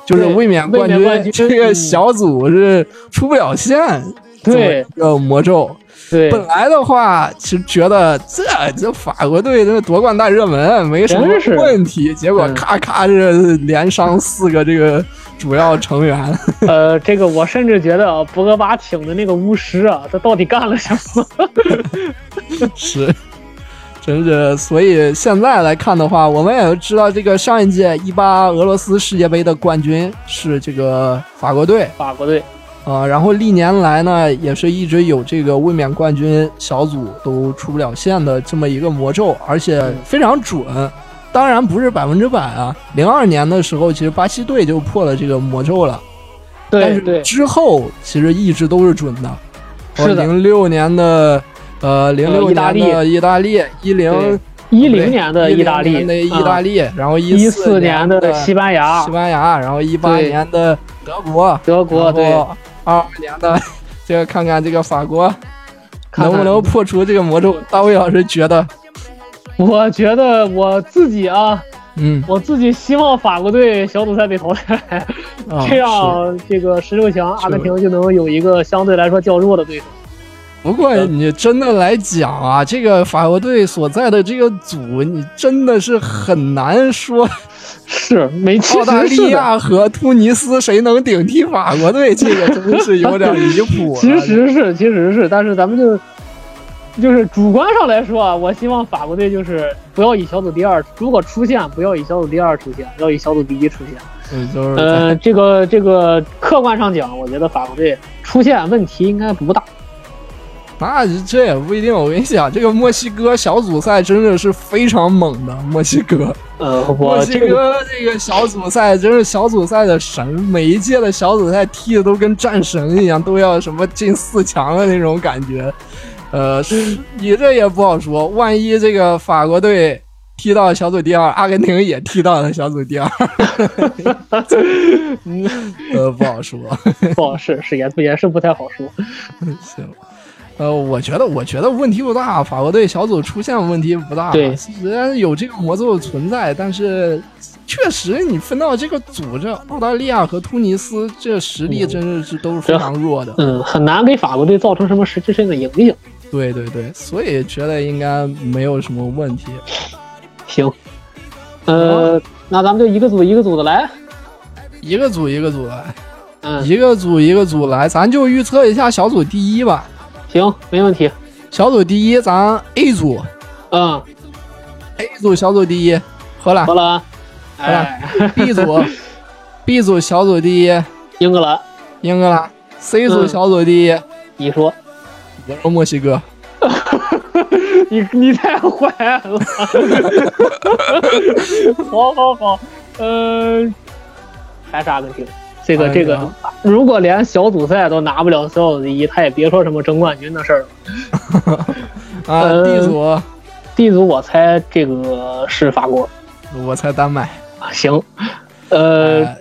A: 就是
B: 对
A: 卫冕冠
B: 卫冕冠军嗯
A: 这个小组是出不了线，
B: 对，
A: 个魔咒。
B: 对，
A: 本来的话，其实觉得这这法国队这夺冠大热门没什么
B: 真是
A: 问题，结果
B: 嗯
A: 咔咔这连伤四个这个主要成员。
B: 呃，这个我甚至觉得啊，博格巴请的那个巫师啊，他到底干了什么？
A: 是，真是。所以现在来看的话，我们也知道这个上一届一八俄罗斯世界杯的冠军是这个法国队
B: 法国队，
A: 啊、然后历年来呢也是一直有这个卫冕冠军小组都出不了线的这么一个魔咒，而且非常准。当然不是百分之百啊，零二年的时候，其实巴西队就破了这个魔咒了。但
B: 对
A: 是
B: 对，
A: 之后其实一直都是准的。
B: 是的
A: 零六年的呃，零六
B: 意大
A: 年的意大利，一零
B: 一零年的
A: 意
B: 意大利，啊
A: 的意大利，然后
B: 一
A: 四
B: 四
A: 年
B: 的西班牙
A: 西、班牙，然后一八
B: 对
A: 年的德国，
B: 德国，对，，
A: 二二年的 这个看看这个法国
B: 看看
A: 能不能破除这个魔咒。大卫老师觉得，
B: 我觉得我自己啊，
A: 嗯，
B: 我自己希望法国队小组赛被淘汰，
A: 啊
B: 这
A: 是
B: 样这个十六强阿根廷就能有一个相对来说较弱的对手。
A: 不过你真的来讲啊，这个法国队所在的这个组，你真的是很难说
B: 是，没 其
A: 澳大
B: 实
A: 利
B: 是的，
A: 亚和突尼斯谁能顶替法国队？这个真是有点离谱了。
B: 其实是其实是，但是咱们就。就是主观上来说啊，我希望法国队就是不要以小组第二，如果出现不要以小组第二出现，要以小组第一出现。
A: 嗯就是在
B: 呃，这个这个客观上讲，我觉得法国队出现问题应该不大。
A: 那这也不一定。我跟你讲，这个墨西哥小组赛真的是非常猛的，墨西哥，
B: 呃，
A: 墨
B: 我
A: 西
B: 这个
A: 哥这个小组赛真是小组赛的神，每一届的小组赛踢的都跟战神一样，都要什么进四强的那种感觉。呃，是你这也不好说，万一这个法国队踢到小组第二，阿根廷也踢到了小组第二，呃，不好说。
B: 不好是是也也是不太好说。
A: 行，呃，我觉得我觉得问题不大，法国队小组出现问题不大。
B: 对
A: 虽然有这个魔咒存在，但是确实你分到这个组，这澳大利亚和突尼斯这实力真的是都是非常弱 的。
B: 嗯，很难给法国队造成什么实质性的影响。
A: 对对对，所以觉得应该没有什么问题。
B: 行，呃，那咱们就一个组一个组的来。
A: 一个组一个组来，
B: 嗯，
A: 一个组一个组来，咱就预测一下小组第一吧。
B: 行，没问题。
A: 小组第一，咱 A 组
B: 嗯，
A: ，A 组小组第一，荷兰
B: 荷兰，
A: 兰
B: 啊哎，
A: ；B 组 ，B 组小组第一，
B: 英格兰，
A: 英格兰，C 组
B: 嗯
A: 小组第一，
B: 你 说，
A: 我说墨西哥，
B: 你你太坏了。 好好好，呃，还是阿根廷。这个
A: 哎
B: 这个
A: 呀，
B: 如果连小组赛都拿不了小组第一，他也别说什么争冠军的事儿了。
A: 啊
B: 呃
A: ，D 组
B: D 组我猜这个是法国，
A: 我猜丹麦，
B: 啊行，呃
A: 呃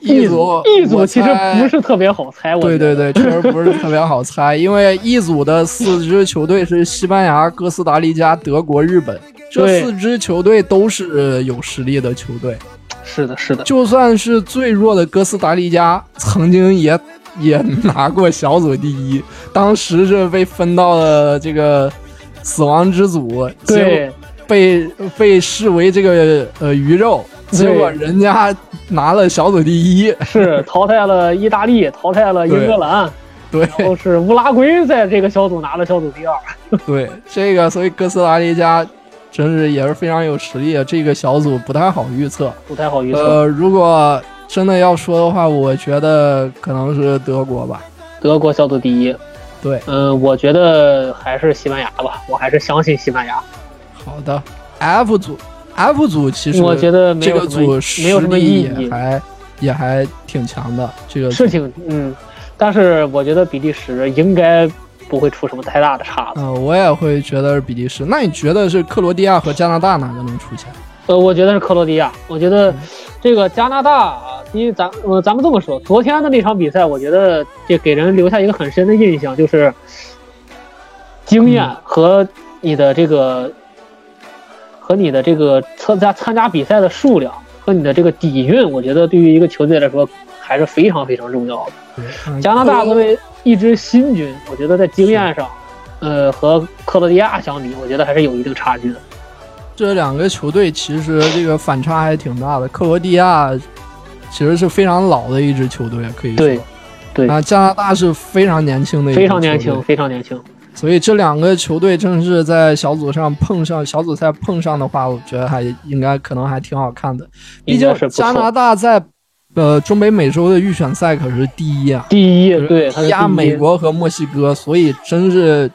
A: ，E 组
B: E 组其实不
A: 是，
B: 是特别好猜，我
A: 对
B: 觉
A: 对
B: 得
A: 对，确实不是特别好猜，因为 E 组的四支球队是西班牙、哥斯达黎加、德国、日本，这
B: 对
A: 四支球队都是有实力的球队，
B: 是的，是的，
A: 就算是最弱的哥斯达黎加，曾经也。也拿过小组第一，当时是被分到了这个死亡之组，结果
B: 对
A: 被被视为这个呃鱼肉，
B: 对
A: 结果人家拿了小组第一，
B: 是淘汰了意大利，淘汰了英格兰，
A: 对
B: 然后是乌拉圭在这个小组拿了小组第二，
A: 对，这个所以哥斯达黎加真是也是非常有实力，这个小组不太好预测。
B: 不太好预测。
A: 呃，如果真的要说的话，我觉得可能是德国吧。
B: 德国小组第一，
A: 对，
B: 嗯、我觉得还是西班牙吧，我还是相信西班牙。
A: 好的，F 组，F 组其实
B: 我觉得没
A: 这
B: 有
A: 个
B: 什么
A: 组
B: 没
A: 实
B: 有什么
A: 力
B: 意
A: 也
B: 义，
A: 还也还挺强的，这个
B: 是挺嗯，但是我觉得比利时应该不会出什么太大的差错。
A: 嗯、我也会觉得是比利时。那你觉得是克罗地亚和加拿大哪个能出钱？
B: 呃，我觉得是克罗地亚。我觉得这个加拿大啊，因为咱呃咱们这么说，昨天的那场比赛，我觉得这给人留下一个很深的印象，就是经验和你的这个、和你的这个参加参加比赛的数量和你的这个底蕴，我觉得对于一个球队来说还是非常非常重要的。
A: 嗯
B: 加拿大作为一支新军，我觉得在经验上，呃，和克罗地亚相比，我觉得还是有一定差距的。
A: 这两个球队其实这个反差还挺大的。克罗地亚其实是非常老的一支球队，可以说。
B: 对，对
A: 啊，加拿大是非常年轻的一支
B: 非常年
A: 球
B: 轻，
A: 队，
B: 非常年轻。
A: 所以这两个球队正是在小组上碰上，小组赛碰上的话，我觉得还应该可能还挺好看的。毕
B: 应该
A: 竟
B: 是不错
A: 加拿大在呃中北美洲的预选赛可是第一啊，
B: 第一，对，他是
A: 压
B: 第一
A: 美，国和墨西哥，所以真是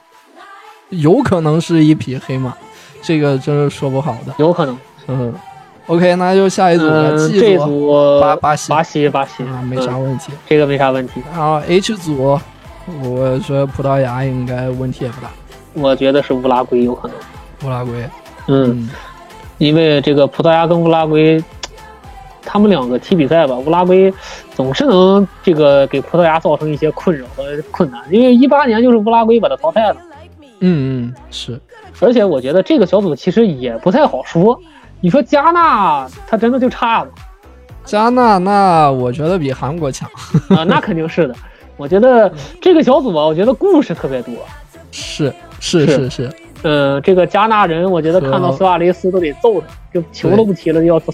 A: 有可能是一匹黑马，这个真是说不好的。
B: 有可能。
A: 嗯，OK，那就下一组了
B: 嗯，，
A: G
B: 这
A: 组
B: 组
A: 巴啊巴西
B: 巴西，巴西
A: 啊，没啥
B: 嗯
A: 问题。
B: 这个没啥问题，
A: 然后 H 组，我说葡萄牙应该问题也不大，
B: 我觉得是乌拉圭有可能。
A: 乌拉圭，
B: 嗯，
A: 嗯，
B: 因为这个葡萄牙跟乌拉圭，他们两个踢比赛吧，乌拉圭总是能这个给葡萄牙造成一些困扰和困难，因为一八年就是乌拉圭把他淘汰 了。
A: 嗯嗯是，
B: 而且我觉得这个小组其实也不太好说。你说加纳，他真的就差吗？
A: 加纳那我觉得比韩国强，
B: 啊、那肯定是的。我觉得这个小组啊，我觉得故事特别多。
A: 是是
B: 是
A: 是是，
B: 嗯，这个加纳人，我觉得看到
A: 是
B: 苏亚雷斯都得揍他，就球
A: 对
B: 都不踢了，就要揍。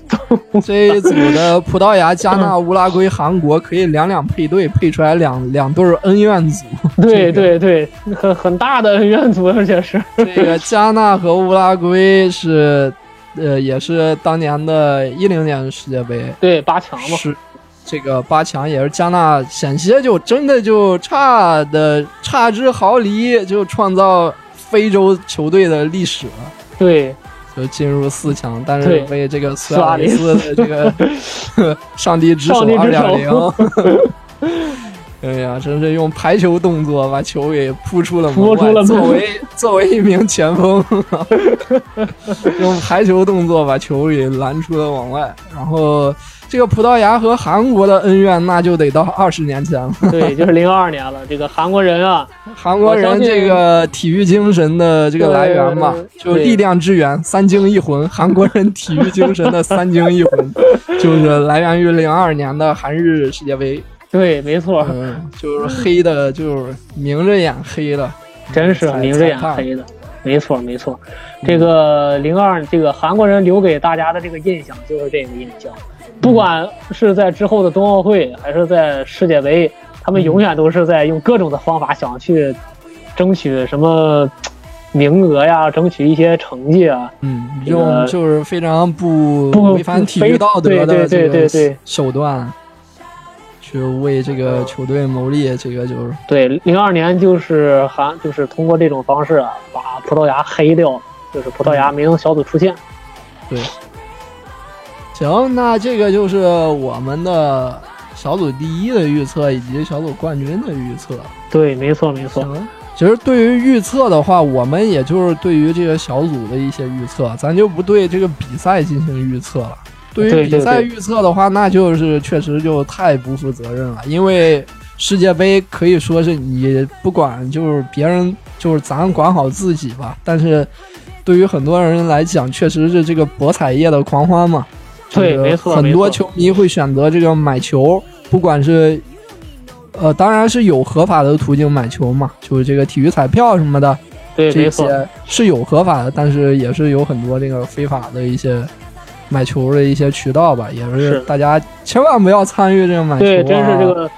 A: 这一组的葡萄牙、加纳、乌拉圭、韩国可以两两配对，配出来两两对儿恩怨组。
B: 对对对，很 很大的怨族，而且是
A: 这个加纳和乌拉圭是，呃，也是当年的一零年世界杯
B: 对八强嘛。
A: 是这个八强，也是加纳险些就真的就差的差之毫厘，就创造非洲球队的历史了。
B: 对
A: 就进入四强，但
B: 对
A: 是被这个苏亚雷斯的这个 上帝之手
B: 上帝
A: 二
B: 之
A: 点
B: 手
A: 零， 哎呀，真是用排球动作把球给扑出了门
B: 扑
A: 外。
B: 出了门
A: 作为作为一名前 锋，用排球动作把球给拦出了往外。然后这个葡萄牙和韩国的恩怨，那就得到二十年前了。
B: 对，就是零二年了。这个韩国人啊，
A: 韩国人这个体育精神的这个来源嘛，
B: 对
A: 就力量之源，三精一魂。韩国人体育精神的三精一 魂，就是来源于零二年的韩日世界杯。
B: 对，没错，
A: 嗯，就是黑的，就是明着眼黑的。
B: 真是
A: 裁
B: 明着眼
A: 裁判
B: 黑的。没错，没错，这个零二，这个韩国人留给大家的这个印象就是这个印象，不管是在之后的冬奥会，还是在世界杯，他们永远都是在用各种的方法想去争取什么名额呀，争取一些成绩啊。
A: 嗯，
B: 这个
A: 用就是非常不
B: 不
A: 违反体育道德
B: 对
A: 的
B: 对
A: 这
B: 对对
A: 个
B: 对
A: 手段，去为这个球队谋利，这个就是
B: 对，零二年就是韩，就是通过这种方式啊，把葡萄牙黑掉了，就是葡萄
A: 嗯
B: 牙没能小组出现。
A: 行，那这个就是我们的小组第一的预测以及小组冠军的预测。
B: 对，没错，没错。
A: 行，其实对于预测的话，我们也就是对于这个小组的一些预测，咱就不对这个比赛进行预测了。对
B: 对
A: 于比
B: 对
A: 赛
B: 对
A: 预测的话，那就是确实就太不负责任了，因为世界杯可以说是你不管就是别人，就是咱管好自己吧。但是对于很多人来讲，确实是这个博彩业的狂欢嘛。
B: 对
A: 就是
B: 没错
A: 很多
B: 没错
A: 球迷会选择这个买球，不管是呃，当然是有合法的途径买球嘛，就是这个体育彩票什么的，
B: 对，没
A: 这
B: 错。
A: 些是有合法的，但是也是有很多这个非法的一些买球的一些渠道吧，也
B: 是
A: 是大家千万不要参与这个买球、啊。
B: 对，真是这个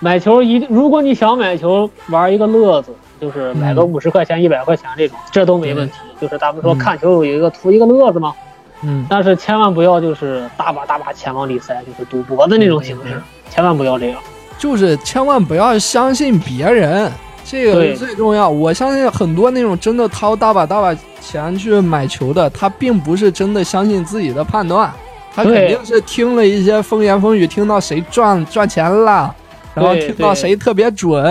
B: 买球一定，如果你想买球玩一个乐子，就是买个
A: 嗯
B: 五十块钱、一百块钱这种，这都没问题。就是咱们说看球有一个图一个乐子嘛，
A: 嗯，
B: 但是千万不要就是大把大把钱往里塞，就是赌博的那种
A: 嗯
B: 形式，千万不要这样。
A: 就是千万不要相信别人，这个
B: 对
A: 是最重要。我相信很多那种真的掏大把大把钱去买球的，他并不是真的相信自己的判断，他肯
B: 对
A: 定是听了一些风言风语，听到谁赚赚钱了，然后
B: 对
A: 听到
B: 对
A: 谁特别准，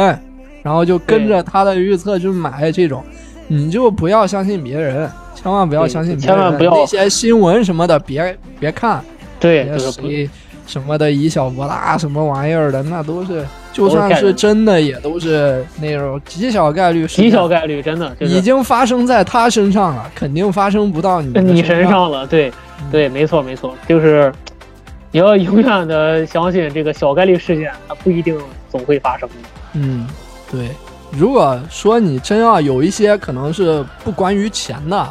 A: 然后就跟着他的预测去买这种，你就不要相信别人，千万不要
B: 对
A: 相信别人，
B: 千万不要
A: 那些新闻什么的，别别看，
B: 对，
A: 别
B: 就是不
A: 谁什么的以小博大什么玩意儿的，那都是就
B: 都是
A: 算
B: 骗
A: 是
B: 人
A: 真的，也都是那种极小概率事件，
B: 极小概率，真的就
A: 已
B: 是
A: 经发生在他身上了，肯定发生不到你的嗯
B: 你
A: 身
B: 身。上了，对对，没错没错，就是你要永远的相信这个小概率事件，它不一定总会发生的。
A: 嗯，对。如果说你真要有一些可能是不关于钱的，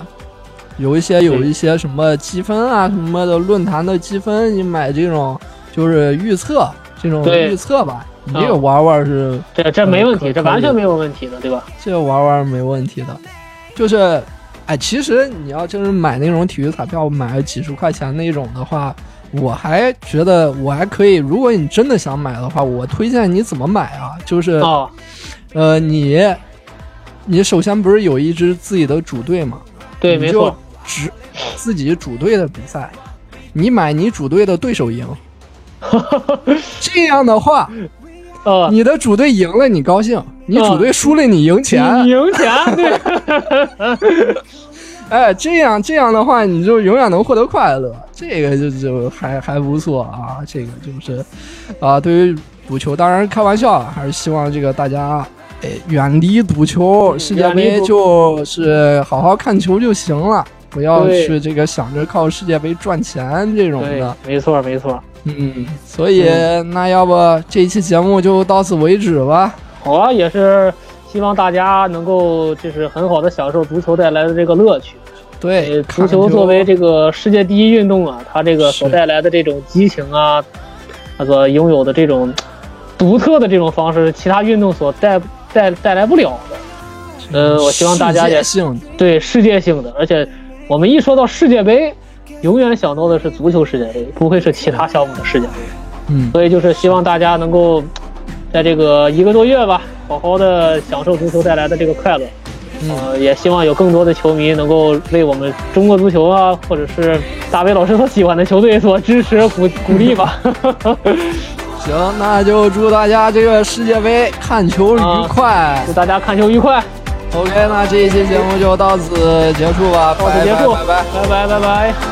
A: 有一些有一些什么积分啊什么的论坛的积分，你买这种就是预测这种
B: 对
A: 预测吧，你
B: 嗯
A: 这个玩玩是、
B: 这这没问题，
A: 嗯可
B: 这完
A: 可
B: 全
A: 以
B: 没有问题的，对吧？
A: 这个玩玩没问题的，就是。哎，其实你要真是买那种体育彩票，买个几十块钱那种的话，我还觉得我还可以。如果你真的想买的话，我推荐你怎么买啊？就是
B: 啊，
A: 呃，你你首先不是有一支自己的主队嘛？
B: 对，
A: 你
B: 没
A: 就
B: 错，
A: 只自己主队的比赛，你买你主队的对手赢。这样的话，
B: 啊，
A: 你的主队赢了你高兴，你主
B: 嗯
A: 队输了你赢钱。
B: 你赢钱， 对，
A: 哎，这样这样的话，你就永远能获得快乐。这个就就还还不错啊，这个就是啊，对于赌球，当然开玩笑啊，还是希望这个大家。哎，远离赌球，世界
B: 远离
A: 杯
B: 赌
A: 就是好好看球就行了，不要
B: 对
A: 去这个想着靠世界杯赚钱这种
B: 对
A: 的。，
B: 没错没错。
A: 嗯，所以、那要不这一期节目就到此为止吧。
B: 好啊，也是希望大家能够就是很好的享受足球带来的这个乐趣。
A: 对
B: 呃，，
A: 看
B: 足球作为这个世界第一运动啊，它这个所
A: 是
B: 带来的这种激情啊，那个拥有的这种独特的这种方式，其他运动所带带带来不了的。呃，我希望大家
A: 世界
B: 也
A: 性
B: 对世界性的，而且我们一说到世界杯，永远想到的是足球世界杯，不会是其他项目的世界杯。
A: 嗯，
B: 所以就是希望大家能够在这个一个多月吧，好好的享受足球带来的这个快乐。
A: 嗯
B: 呃，也希望有更多的球迷能够为我们中国足球啊，或者是大卫老师所喜欢的球队所支持鼓鼓励吧。
A: 行，那就祝大家这个世界杯看球愉快。
B: 祝大家看球愉快，
A: OK，那这一期节目就到此结束吧，
B: 到此结束，
A: 拜拜。拜拜
B: 拜拜拜拜